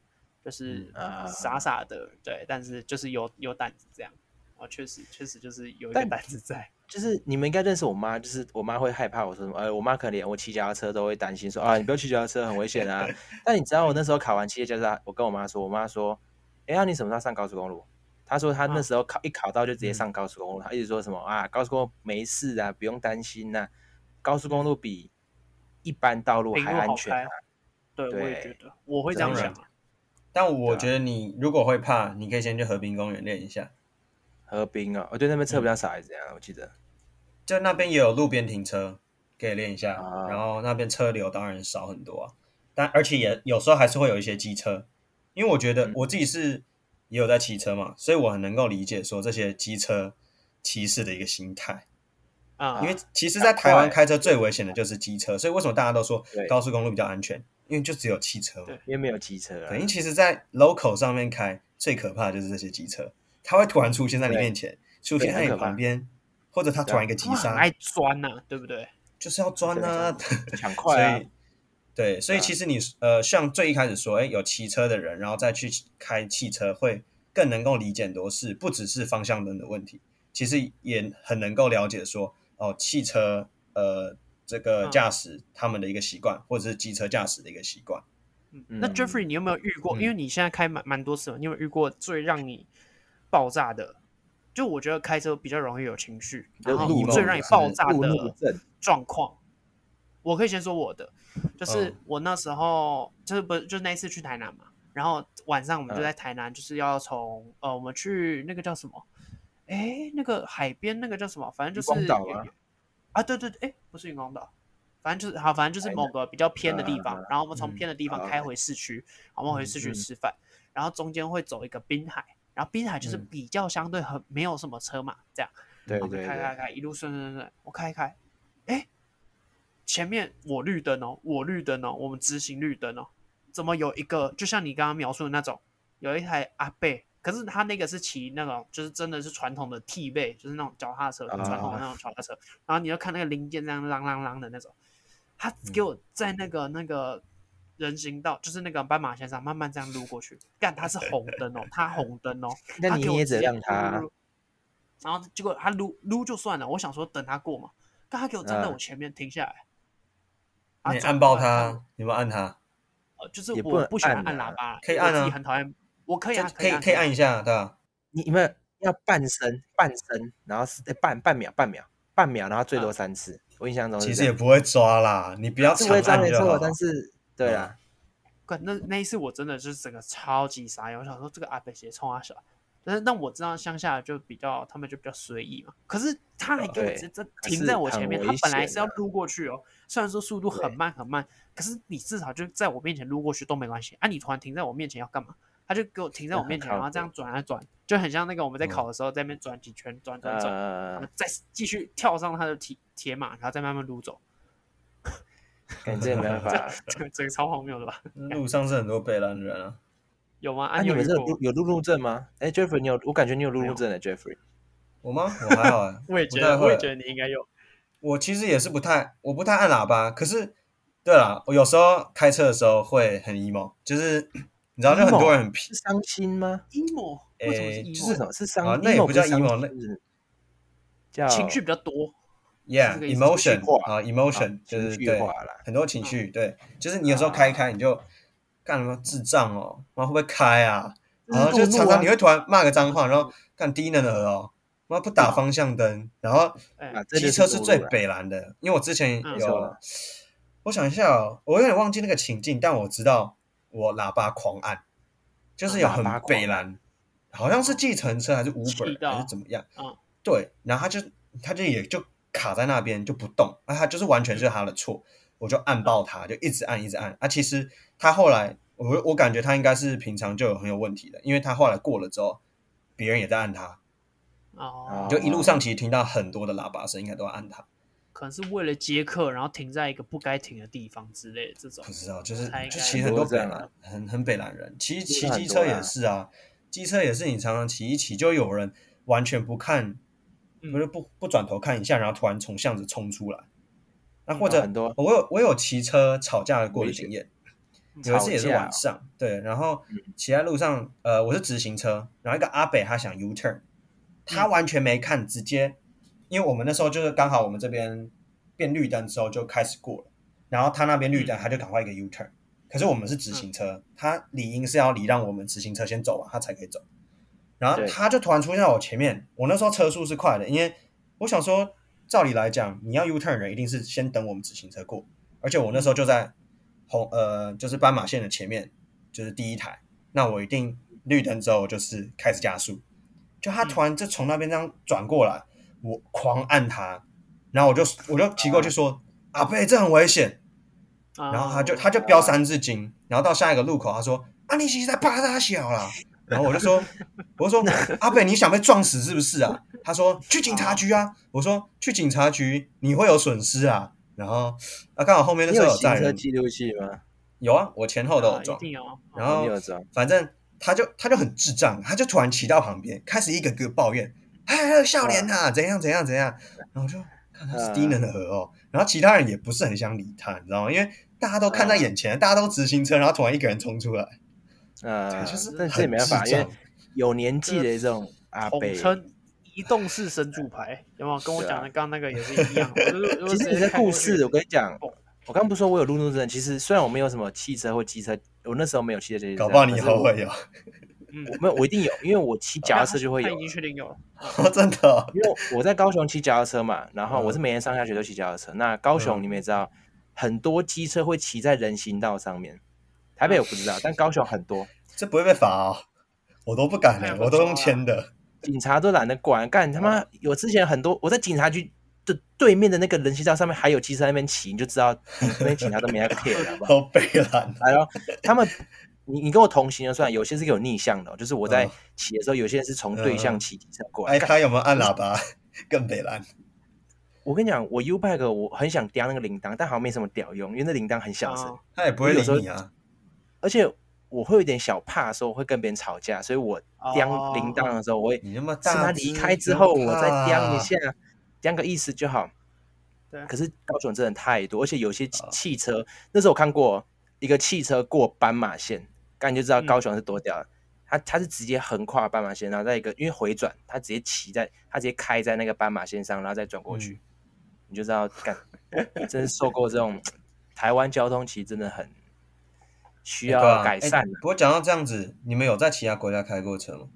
就是
嗯啊
傻傻的，对，但是就是有有胆子这样。哦，确实确实就是有一个
但
胆子在，
就是你们应该认识我妈，就是我妈会害怕我说什么，呃，我妈可能连我骑脚踏车都会担心说啊，你不要骑脚踏车，很危险 啊。但你知道我那时候考完汽车驾照，我跟我妈说，我妈说，哎、呀，你什么时候上高速公路？她说她那
嗯
时候考、一考到就直接
嗯
上高速公路，她一直说什么啊，高速公路没事啊，不用担心呐、高速公路比一般道路
嗯平
还
路
安
好
全、
开
啊。。
哦对，我也
对
觉得我会这
当
样想
然
啊。
但我觉得你如果会怕，你可以先去河滨公园练一下，
河滨啊，哦，对，那边车
嗯
比较少还是怎样？我记得
就那边也有路边停车，可以练一下。
啊
然后那边车流当然少很多啊，但而且也有时候还是会有一些机车，因为我觉得
嗯
我自己是也有在骑车嘛，所以我很能够理解说这些机车骑士的一个心态。
啊，
因为其实，在台湾开车最危险的就是机车，所以为什么大家都说
对
高速公路比较安全？因为就只有汽车嘛
对。
因为没有机车啊
对，因。为其实，在 local 上面开最可怕的就是这些机车，它会突然出现在你
对
面前，出
对
现
很
在你
可怕
旁边，或者它突然一个
他
急
们很
啊
刹，
爱钻呐、对不对？
就是要钻 啊，
抢
所
快啊
以，对，所以其实你呃，像最一开始说，哎，有骑车的人，然后再去开汽车，会更能够理解很多事，不只是方向灯的问题，其实也很能够了解说，哦，汽车呃这个
嗯
驾驶他们的一个习惯，或者是机车驾驶的一个习惯。
嗯那 Jeffrey，你有没有遇过？
嗯
因为你现在开蛮蛮多次嘛，你有没有遇过最让你爆炸的？就我觉得开车比较容易有情绪，然后
路怒
最
嘛
让你
是
爆炸
路怒
的
症
状况，我可以先说我的，就是
嗯
我那时候就是不就是那一次去台南嘛，然后晚上我们就
嗯
在台南，就是要从呃我们去那个叫什么？哎，那个海边那个叫什么？反正就是
渔光岛啊
啊，对对对，哎，不是云光岛，反正就是好，反正就是
台
某个比较偏的地
啊
方，然后我们从
嗯
偏的地
好
方开回市区，然后我们回市
嗯
区
嗯
吃饭，然后中间会走一个滨海，然后滨海就是
嗯
比较相对很没有什么车嘛，这样，
对
我
对
就
对，
开开开，一路顺顺顺顺，我开一开，哎，前面我绿灯哦，我绿灯哦，我们直行绿灯哦，怎么有一个就像你刚刚描述的那种，有一台阿贝，可是他那个是骑那种就是真的是传统的 T 背，就是那种脚踏车，
啊
传统的那种脚踏车，然后你就看那个零件这样啷啷啷的那种，他给我在那
嗯
个那个。人行道就是那个斑马线上慢慢这样路过去，干他是红灯哦，他红灯哦，
那
他
你
给我
也
直
只
接
让他
撸。撸撸然后结果他撸撸就算了，我想说等他过嘛，但他给我站在
嗯
我前面停下来，啊
你
怎
按
么
爆
办
他，你有没有按他？
呃，就是
也不
我
能
不喜欢
按
按
啊
喇叭，
可以
我
按
自己
啊
很讨厌，我可以啊，
可以
以
可以按一下，对吧？
你你们要半声半声，然后是、哎半半秒半秒半秒，然后最多
嗯
三次。我印象中是
啊
这
其实也
样
不会抓啦，你不要
是
长
会抓
按
没
就好嗯
错，。但是对啊，
干那那一次我真的就是整个超级傻眼，我想说这个阿北鞋冲他小，但是那我知道乡下就比较他们就比较随意嘛，可是他还给我
哦对
直接这
可
停
是
在我
很
前面，
危
他本来
险
是要
啊
撸过去哦，虽然说速度很
对
慢很慢，可是你至少就在我面前撸过去都没关系啊，你突然停在我面前要干嘛？他就给我停在
那
我
很
面前，
靠
然后这
北
样转啊转，就很像那个我们在
嗯
考的时候在那边转几圈，转转转，然后
呃，
再继续跳上他的铁铁马，然后再慢慢撸走，
感觉没办 法。
这个这个超荒谬的吧？
路上是很多被烂人啊，
有吗？啊，
啊，你
有
们
遇
这有
过
路有路怒症吗？哎，Jeffrey，你有？我感觉你有路
没
怒
有，
症的 Jeffrey。
我吗？我还好啊
我也
不
觉
太
得，我也
会
觉得你应该有。
我其实也是不太，我不太按喇叭。可是，对啦，我有时候开车的时候会很 emo，就是你知道，就很多人很皮
是伤心吗？
emo 为什么是
诶
emo？、
就
就是什么是伤
啊那也
emo
不叫
是伤
emo，那啊
是叫
情绪比较多，
，yeah
是这个意思
情绪
emotion
化
啊 emotion
啊
就是
情绪
对
化啦
很多情绪，对，就是你有时候开一开你就干什么智障哦，妈会不会开啊？然后就常常你会突然骂个脏话，然后干低能儿哦，妈不打方向灯，然后
哎、
啊，这就
机车
是
是
路
最
怒啦
北蓝的，因为我之前
嗯
有，我想一下、哦，我有点忘记那个情境，但我知道我喇叭狂按，就是有
啊喇
很
叭狂
北蓝，好像是计程车还是
气
Uber
到
还是怎么样，
嗯
对，然后他就他就也就卡在那边就不动，啊，他就是完全是他的错，我就按爆他，就一直按一直按，啊，其实他后来我我感觉他应该是平常就有很有问题的，因为他后来过了之后，别人也在按他，
啊
哦，
就一路上其实听到很多的喇叭声，应该都在按他。
可能是为了接客，然后停在一个不该停的地方之类的这种
不。知道，就是
他应
就
该
骑
很
很
多
多
这
北
样
兰
啊，
很很北兰人，骑骑
是很
机
多
车也
啦
是啊，机车也是你常常骑一骑，就有人完全不看，
嗯
不是不不转头看一下，然后突然从巷子冲出来，那、
嗯
或
啊
者、
很多
我有我有骑车吵架过的
危险
经验，
嗯
有一次也是
吵架嗯
晚
哦
上，对，然后骑在路上，呃，我是直行车，然后一个阿北他想 U turn，他
嗯
完全没看，直接，因为我们那时候就是刚好我们这边变绿灯之后就开始过了，然后他那边绿灯，
嗯
他就赶快一个 U turn，可是我们是直行车，他理应是要礼让我们直行车先走完，他才可以走，然后
对
他就突然出现在我前面，我那时候车速是快的，因为我想说，照理来讲，你要 U turn 的人一定是先等我们直行车过，而且我那时候就在红呃，就是斑马线的前面，就是第一台。那我一定绿灯之后，我就是开始加速。就他突然就从那边这样转过来，我狂按他，然后我就我就骑过去说：“阿贝，这很危险。”
啊
哦
然后他就他就飙三字经，然后到下一个路口，他说：“啊，你其实在扒他小啦。”然后我就说：“我就说阿北，你想被撞死是不是啊？”他说：“去警察局
哦
啊。”我说：“去警察局你会有损失啊。”然后啊，刚好后面那
你
时候
有
有
行
载
车
人，
记录器吗？
有啊，我前后都有撞
啊一。定有。
然
哦
后
你有装？
反正他就他就很智障，他就突然骑到旁边，开始一个个抱怨：“哎，笑脸
啊
呐，怎样怎样怎样。”然后我就看
呃
他是低能的鹅哦。然后其他人也不是很想理他，你知道吗？因为大家都看在眼前，大家都直行车，然后突然一个人冲出来，
呃，
对，就是
但
很
这也没办法，
智
因为
障
有年纪的这种阿
统
伯，
称移动式神助牌，有没有？跟我
是啊
讲的刚刚那个也是一 样。啊我就是我
其实
就直
你
接
的
看
故
过去
事，我跟你讲
哦，
我刚不是说我有路怒症，其实虽然我没有什么汽车或机车，我那时候没有汽车这些，
搞不好你以后会
有，
有，
嗯，
我没有，我一定有，因为我
哦
骑脚踏车就会
他
有
已
了
经，确定有了。
真的哦。
因为我在高雄骑脚踏车嘛，然后
嗯
我是每天上下学都骑脚踏车。那高雄你们也知道，很多机车会骑在人行道上面，台北我不知
嗯
道，但高雄很多，
这不会被罚哦，我都不敢
哎
哎、
呀
我都用签的。
警察都懒得管，干他
嗯
妈！有之前很多我在警察局的对面的那个人行道上面还有机车在那边骑，你就知道 那些警察都没在 care 了好不好？
都被拦了，
然后哦他们，你你跟我同行就算，有些是给我逆向的哦，就是我在
嗯
骑的时候，有些人是从对
嗯
向
嗯
骑机车过来。
哎，
干
他有没有按喇叭？ 更北蓝，
我跟你讲，我 U bike 我很想叼那个铃铛，但好像没什么屌用，因为那铃铛很小声。
哦
他也不会理你啊。
而且我会有点小怕，说我会跟别人吵架，所以我
哦
叮铃铛的时候，我会是
你那么大，啊
他离开之后，我再叮一，下，叮个意思就好。
对
可是高雄真的太多，而且有些汽汽车，那时候我看过一个汽车过斑马线，刚你就知道
嗯
高雄是多屌了。他他是直接横跨斑马线，然后在一个因为回转，他直接骑在他直接开在 那个斑马线上，然后再转过去，你就知道，干，真是受够这种台湾交通其实真的很需
对
要
啊
改善
哎不过讲到这样子，你们有在其他国家开过车吗？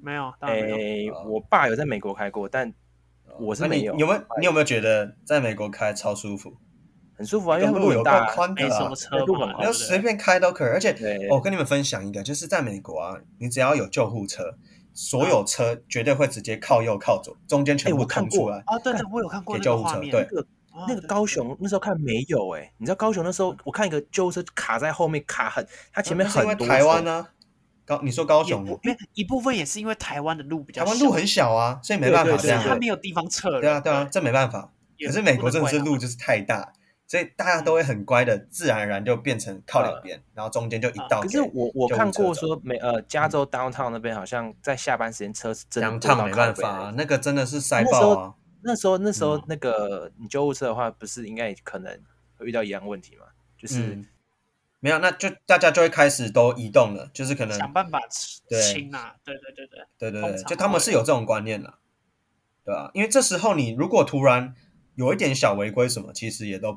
没有，当哎然没
诶、
有。
哦
我爸有在美国开过，但我是
那
没
你
有
有没有你有没有觉得在美国开超舒服？
很舒服啊，因为
跟
它
哎路
路很
有够
大啊，
宽的
没什
啊
么，车
路很
嘛，
好
对
你要
不对
随便开都可以。而且
对
我跟你们分享一个，就是在美国啊，你只要有救护车，所有车绝对会直接靠右靠左，中间全
哎
部
我看
空出
过
来。
啊，对对，我有看过
给
那
救
个
护
画
车
面，
对嗯
啊
那个
对
高
对
雄那时候看没有哎、你知道高雄那时候我看一个救护车卡在后面卡很，它前面
那是
很
因为
多
台湾
呢、
呢，高你说高
也
雄
不
吗？
因为一部分也是因为台湾的路比
台
较
湾
小
路很小啊，所以没办
对
法这
所以
样
它
对
子。
没有地方测了。
对啊，对啊，这没办法。
也
可是美
不
国
能
真的是
怪他
路就是太大，所以大家都
嗯
会很乖的，自然而然就变成靠两边，然后中间就一道
啊可
给。
是我我
救护
看
车
过
走
说美呃加州 downtown 那边好像在下班时间车是真的
两
多到
趟没
靠
办
北
法
那
啊
种，
那个真的是塞
那时候
爆啊。
那时候那时候
嗯
那个你救护车的话，不是应该也可能会遇到一样问题吗？就是、
嗯，没有，那就大家就会开始都移动了，就是可能
想办法吃
对
清啊，对对对对，
对对
通
对，
常
就他们
会
是有这种观念的，对吧、因为这时候你如果突然有一点小违规什么，其实也都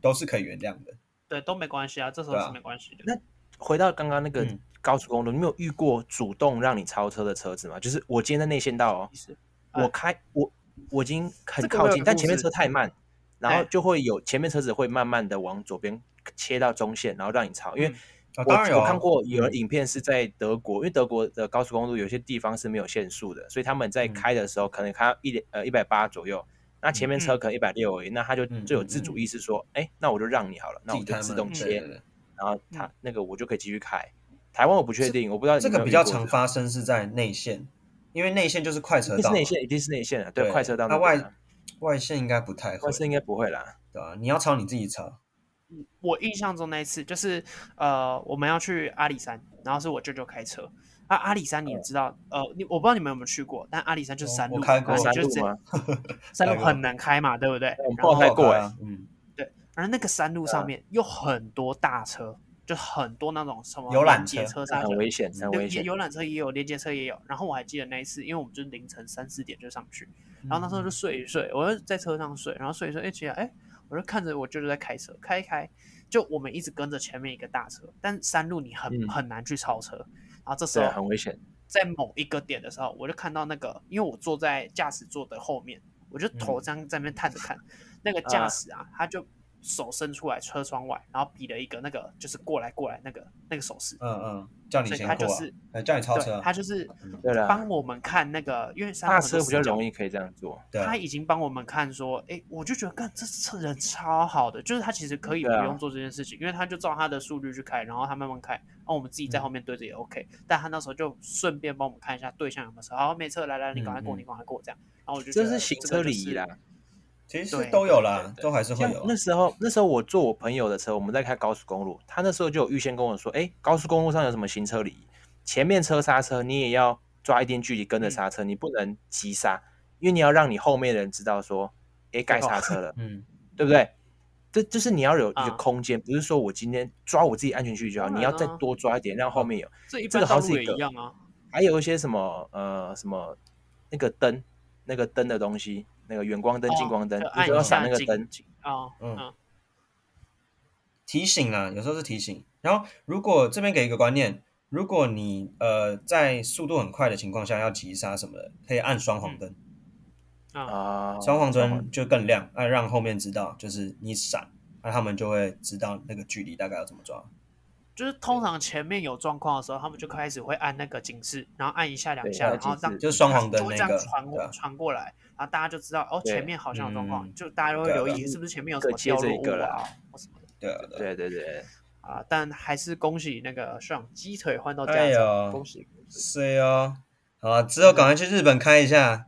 都是可以原谅的。
对都没关系啊，这时候
对啊
是没关系的。
那回到刚刚那个
嗯
高速公路，你没有遇过主动让你超车的车子吗？就是我今天在内线道哦
意，思哎
呃
我开我我已经很
这个我
靠
有
近，
个
但
故
前面
事
车太慢，然
哎
后就会有前面车子会慢慢的往左边切到中线，然后让你超，因为
嗯
啊，
我、
当然有、啊、
我看过有人影片是在德国，因为德国的高速公路有些地方是没有限速的，所以他们在
嗯
开的时候可能开到一点呃一百八左右，那前面车
嗯
可能一百六而已，那他就
嗯
就有
嗯
自主
嗯
意识说，哎、那我就让你好了，那
自
我
己
就
开
自
门
动
对
切，
对对
然后他
嗯
那个我就可以继续开。台湾我不确定，我不知道你
这
有没
个
有
比
遇
较
过
常
这
发生是在内线，因为内线就是快车
种，一定
道
是
嘛，
内线，一定是内线啊，
对
快车道
那
那
外
边啊，
外线应该不太会
外，线应该不会啦。
对啊吧、你要超你自己
哦
超，
我印象中那一次就是呃，我们要去阿里山，然后是我舅舅开车。啊，阿里山你知道，呃，你我不知道你们有没有去过，但阿里山就是
我
山
哦我
路，
开
然
过
后你
哦山
就
路
直接
吗？
山
开
路
过
很难开嘛，对不对？
我们
然后
爆开过
啊，嗯，
然后那个山路上面有很多大车，就很多那种什么
游览
拦截
车
车刹
很
车
危险，很
对，
危
也
险。
游览车也有，连接车也有。然后我还记得那一次，因为我们就是凌晨三四点就上去，然后那时
嗯
嗯
候就睡一睡，我就在车上睡，然后睡一睡，哎、起来，哎、我就看着我舅舅在开车，开一开，就我们一直跟着前面一个大车，但山路你很、
嗯
很难去超车。然后这时
对
候
啊，很危险。
在某一个点的时候，我就看到那个，因为我坐在驾驶座的后面，我就
嗯
头这样在那边探着看，那个驾驶啊，他就手伸出来车窗外，然后比了一个那个就是过来过来那个那个手
哦
势，
嗯嗯，叫你
所以
先
他
过、
就
啊
是，
呃叫你超车
对，
啊，
他就是
嗯
对啦
帮我们看那个，因为山
大车比较容
易。
易可以这样做。
对啊
他已经帮我们看说，哎，我就觉得，干这车人超好的，就是他其实可以不
对啊
用做这件事情，因为他就照他的数据去开，然后他慢慢开，然后我们自己在
嗯
后面对着也 OK、但他那时候就顺便帮我们看一下对象有没有车，好，没车，来来，你赶快过，
嗯嗯
你赶快过，这样。然后我就觉
啊这是
得
行车礼仪啦，，
其实
对
都有啦，
对对
都还是会
像
有啊。
那时候，那时候我坐我朋友的车，我们在开高速公路，他那时候就有预先跟我说，哎、高速公路上有什么行车礼仪？前面车刹车，你也要抓一定距离跟着刹车，你不能急刹，因为你要让你后面的人知道说，哎、该刹车 了，
嗯，
对不对？这就是你要有一
啊
个空间，不是说我今天抓我自己安全区就好，
当
你
然
要再
啊
多抓一点，让后面有。
这一
这
般
个好
道
像是
路也
一个
一样啊。
还有一些什么呃什么那个灯，那个灯的东西，那个远光灯、近光灯，
哦就
你
按
都要
一
闪
下
那个
紧
灯。
紧啊，
嗯
嗯，
提醒啦，有时候是提醒。然后如果这边给一个观念，如果你呃在速度很快的情况下要急刹什么的，可以按双黄
嗯
灯，
啊，
啊，
双黄灯就更亮，啊，让后面知道就是你闪，那、他们就会知道那个距离大概要怎么抓。
就是通常前面有状况的时候，他们就开始会按那个警示，然后按一下两
对
下，
按
然后
警
让
示
就是双黄
就
灯
会
那
这样
个，
传
对
过
啊
传过来，然后大家就知道哦，
对
前面好像有状况，
嗯
就大家都会
对啊
留
对
意
啊
是不是前面有
各
什么
接
掉
着
落
一个
物啊
啦
或什么的
对啊，对啊
对对对，
啊。但还是恭喜那个上鸡腿换到驾
哎
照，
呦
恭喜恭喜！
是哦。好啊，之后赶快去日本开一下，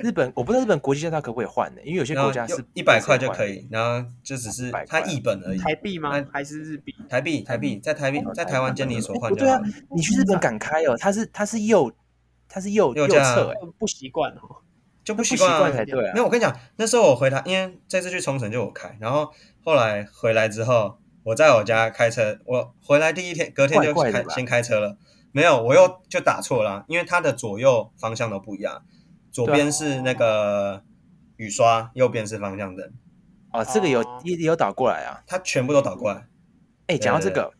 日本我不知道日本国际驾照可不可以换呢？因为有些
然后
国家是
嗯一百块就可
以
以，然后就只是
100
它
块嗯
一本而已，
台币吗
那？
还是日币？
台币台币在台币
哦
在台湾监理所换
不
就
对
好
啊
了。，
你去日本敢开哦？它是它是右，它是右
右驾啊
侧哎，
不习惯哦。
就不
不习
习惯啊
惯才对
没
啊。
有，我跟你讲，那时候我回台，因为这次去冲绳就我开，然后后来回来之后，我在我家开车，我回来第一天，隔天就开
怪怪的吧
先开车了，没有，我又就打错了啊、因为它的左右方向
啊
都不一样，左边是那个雨刷，右边是方向灯，
哦，这个有
哦
也也有倒过来啊。
他全部都倒过来。
哎，讲到这
对对
个，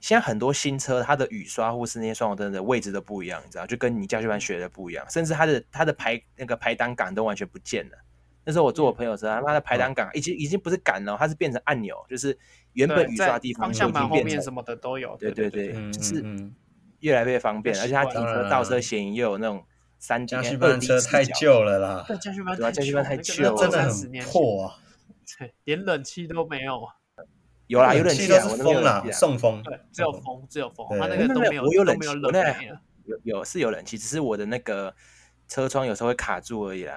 现在很多新车它的雨刷或是那些双黄灯的位置都不一样，你知道，就跟你教学
嗯
班学的不一样，甚至它的它的排那个排挡杆都完全不见了。那时候我
嗯
坐我朋友车，他妈的排挡杆已经已经不是杆了，它是变成按钮，就是原
对
本雨刷
在
的地方
方
就
向
已
盘
经
后
变
面什
成
么的都有。
对
对
对对
嗯，
就是
嗯
越来越方便，
习
而且它停
惯嗯
了
车倒车显影又有那种三 D
嗯家训
二
班
D
车
视
太
角
旧了啦，
对，家训班
对啊
太
家训
旧
班
了，
太
那个
旧了
那个
我
真的
三十
很
年前，
破啊！
对，连冷气都没有，
有啦，有冷
气
气
都
啊，
是
我那边有
风
冷
啦
气，啊，
送风。
对，只有风，只有风，
对
它
没
那个
有
都
没有
没有，
我有
都
冷
没
气
有
我
冷
那
没了。
有有是有冷气，只是我的那个车窗有时候会卡住而已啦。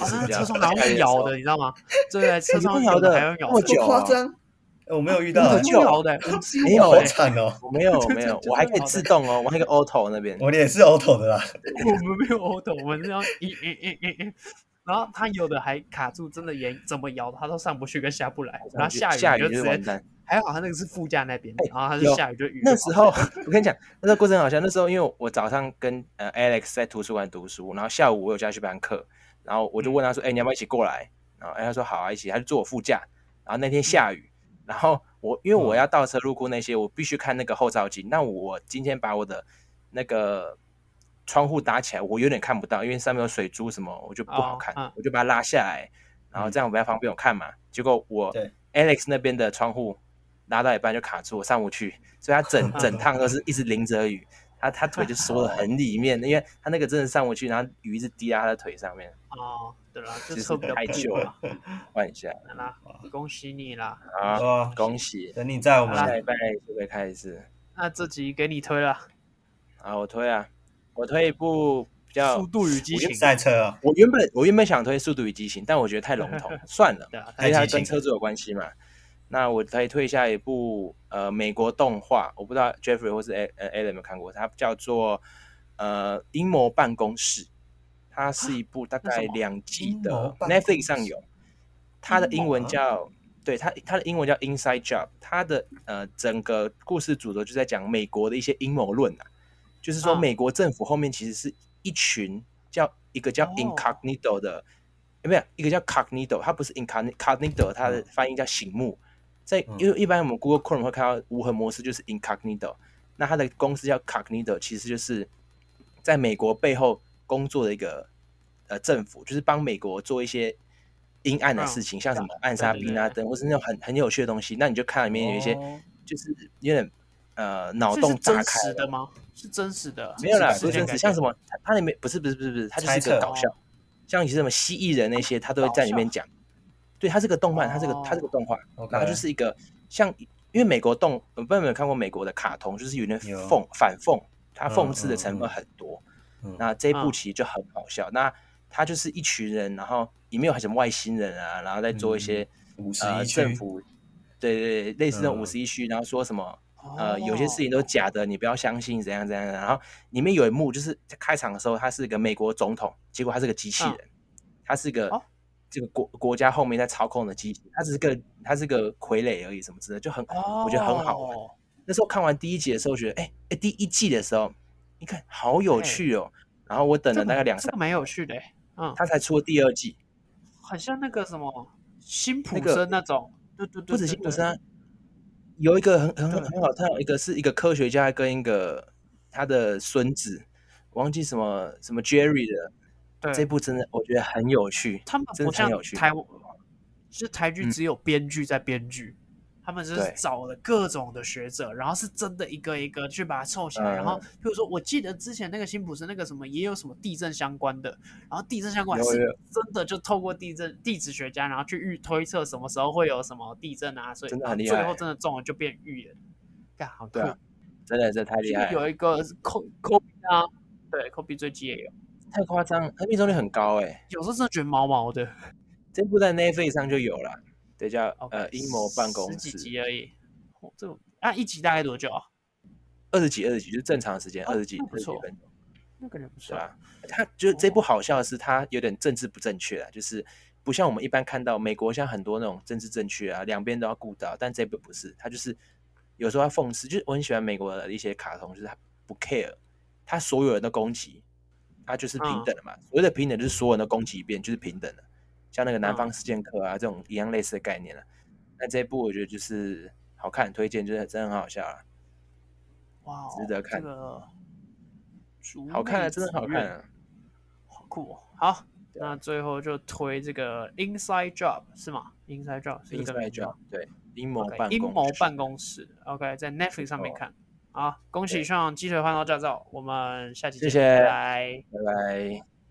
哦，那
是这
车
样
窗哪会摇的，你知道吗？对对，车窗有还
你不摇的
要摇
那么
的，
久
这
啊
夸张？呃我没有遇到
那
欸，
么
很
久
摇的，
没有
好
欸
惨哦！
我 没有
对
没
对
有，
对
我还
对
可以
好的
自动哦，我还可以 auto 那边。
我也是 auto 的啦，
我们没有 auto，我们这样一、一、一、一、一，然后它有的还卡住，真的也怎么摇它都上不去跟下不来，然后下雨
下
你就
雨
直
就
接
完蛋。
还好它那个是副驾那边，
哎
然后它是
有
下雨就雨就
那
跑
时候 我跟你讲，那时候过程很好笑。那时候因为我早上跟呃 Alex 在图书馆读书，然后下午我有家去班课，然后
嗯
我就问他说：“哎、你要不要一起过来？”然后哎、他说：“好啊，一起。”他就坐我副驾。然后那天下雨，然后我因为
嗯
我要倒车入库那些，我必须看那个后照镜。那我今天把我的那个窗户打起来，我有点看不到，因为上面有水珠什么，我就不好
哦
看，
嗯
我就把它拉下来，然后这样我比较方便我看嘛。结果我
对
Alex 那边的窗户拉到一半就卡住，我上不去，所以他 整整趟都是一直淋着雨，他他腿就缩得很里面，因为他那个真的上不去，然后雨一直滴在他的腿上面，
哦，对了，这
就是
车比较
太
旧
旧
了，
换一下
好啦，恭喜你啦！
啊，好
哇！
恭喜！
等你在我
好
下
们
礼拜就会开始
那这集给你推了，
啊，我推啊，我推一部比
《
较
速，度与激情》
赛车啊，
我原本我原本想推《速度与激情》，但我觉得太笼 统，算了，
对啊，
因为它
太激
跟
进
车子有关系嘛。那我可以推一下一部呃美国动画，我不知道 Jeffrey 或是 A 呃 a l a n 有没有看过，它叫做呃《阴谋办公室》，它是一部大
啊
那什
概
么
两集
阴谋
的
办公室
Netflix 上有，它的英文
阴谋啊
叫对它它的英文叫 Inside Job，它的呃整个故事主轴就在讲美国的一些阴谋论啊，就是说
啊
美国政府后面其实是一群叫一个叫
哦
Incognito 的。有没有一个叫 Cognito，它不是 Incognito，它
嗯
的翻译叫醒目。在
嗯
因为一般我们 Google Chrome 会看到无痕模式就是 Incognito，那它的公司叫 Cognito，其实就是在美国背后工作的一个呃政府，就是帮美国做一些阴暗的
嗯
事情，像什
对
么暗杀
对对
宾拉登，或是那种很很有趣的东西。那你就看里面有一些
哦
就是有点呃脑
这是
洞炸
真
开
实
了
的吗？是真实的，
没有啦，
是
不是真实，像什么，它它里面不是不是不是不是，它就是一
猜
个
测哦
搞笑，像你什么蜥蜴人那些，它都会在里面讲。对，它是个动漫，它是个它是个
哦
动画，
OK
然后它就是一个像，因为美国动，呃我不知道有没有看过美国的卡通，就是有点
有
讽反讽，它
嗯
讽刺的
嗯
成分
嗯
很多。
嗯
那这一部
嗯
其实就很好笑，那它就是一群人，然后里面有什么外星人啊，然后再做一些
五嗯十
呃
一区
政府，对对对，类似那种五
嗯
十一区，然后说什么。
哦
呃，有些事情都是假的，你不要相信，怎样怎样。然后里面有一幕就是开场的时候，他是一个美国总统，结果他是个机器
嗯
人，他是个、
哦
这个国国家后面在操控的机器，他只是个他是个傀儡而已，什么之类的，就很、
哦，
我觉得很好玩。那时候看完第一集的时候，觉得哎哎第一季的时候，你看好有
哎
趣哦。然后我等了
这
大概
个
两
这
三
个，蛮有趣的欸，嗯，
他才出了第二季，
很像那个什么辛普
那个
森那种，对对对，
不止辛
对
普森啊，有一个很很
对
很好看，一个是一个科学家跟一个他的孙子，忘记什么什么 Jerry 的，
对，
这部真的我觉得很有趣。
他们
真
不
的很
像
有趣
台湾，是台剧
嗯
只有编剧在编剧，他们就是
对
找了各种的学者，然后是真的一个一个去把它凑起来。然后
嗯
比如说，我记得之前那个辛普森那个什么也有什么地震相关的，然后地震相关
有
是
有
真的就透过地震地质学家，然后去预推测什么时候会有什么地震啊，所以
真的
然后
很厉
最后
害
真的中了就变预言，干好酷
对。啊，真的是太厉害了，
有一个是 Ko Kobe 啊，对 Kobe 最近也有，
太夸张了，它命中率很高哎、
有时候真的觉得毛毛的。
这部在 Netflix 上就有了，对，叫
OK，
呃阴谋办公
哦十几
室，
集而已。哦、这个啊，一集大概多久啊？
二十几二十几就是正常时间，
哦
二十几
那
二
不
十几
错
分钟，
那个人不是
对啊。他就是这部好笑的是，它有点政治不正确啊，就是不像我们一般看到美国像很多那种政治正确啊，两边都要顾到，但这部不是，它就是有时候它讽刺，就是我很喜欢美国的一些卡通，就是它不 care，它
嗯
所有人都攻击，它就是平等的嘛，所谓的平等就是所有人都攻击一遍，就是平等的，像那个南
嗯
方四剑客啊、这种一样类似的概念啊。那这一部我觉得就是好看，推荐，就是真的很好笑啊，
哇哦，
值得看
这个竹
好看
内
啊，真的
紫
好看
苑
啊。
好酷哦！好，
对啊
那最后就推这个 Inside Job 是吗？Inside Job 是这个
Inside
名字
Job
吗
对阴谋
OK，
办公
阴谋
室
办公室 OK，在 Netflix 上面
错
看。好，恭喜
对
上鸡腿换到驾照，我们下期
谢
见，
谢
拜拜。
拜拜。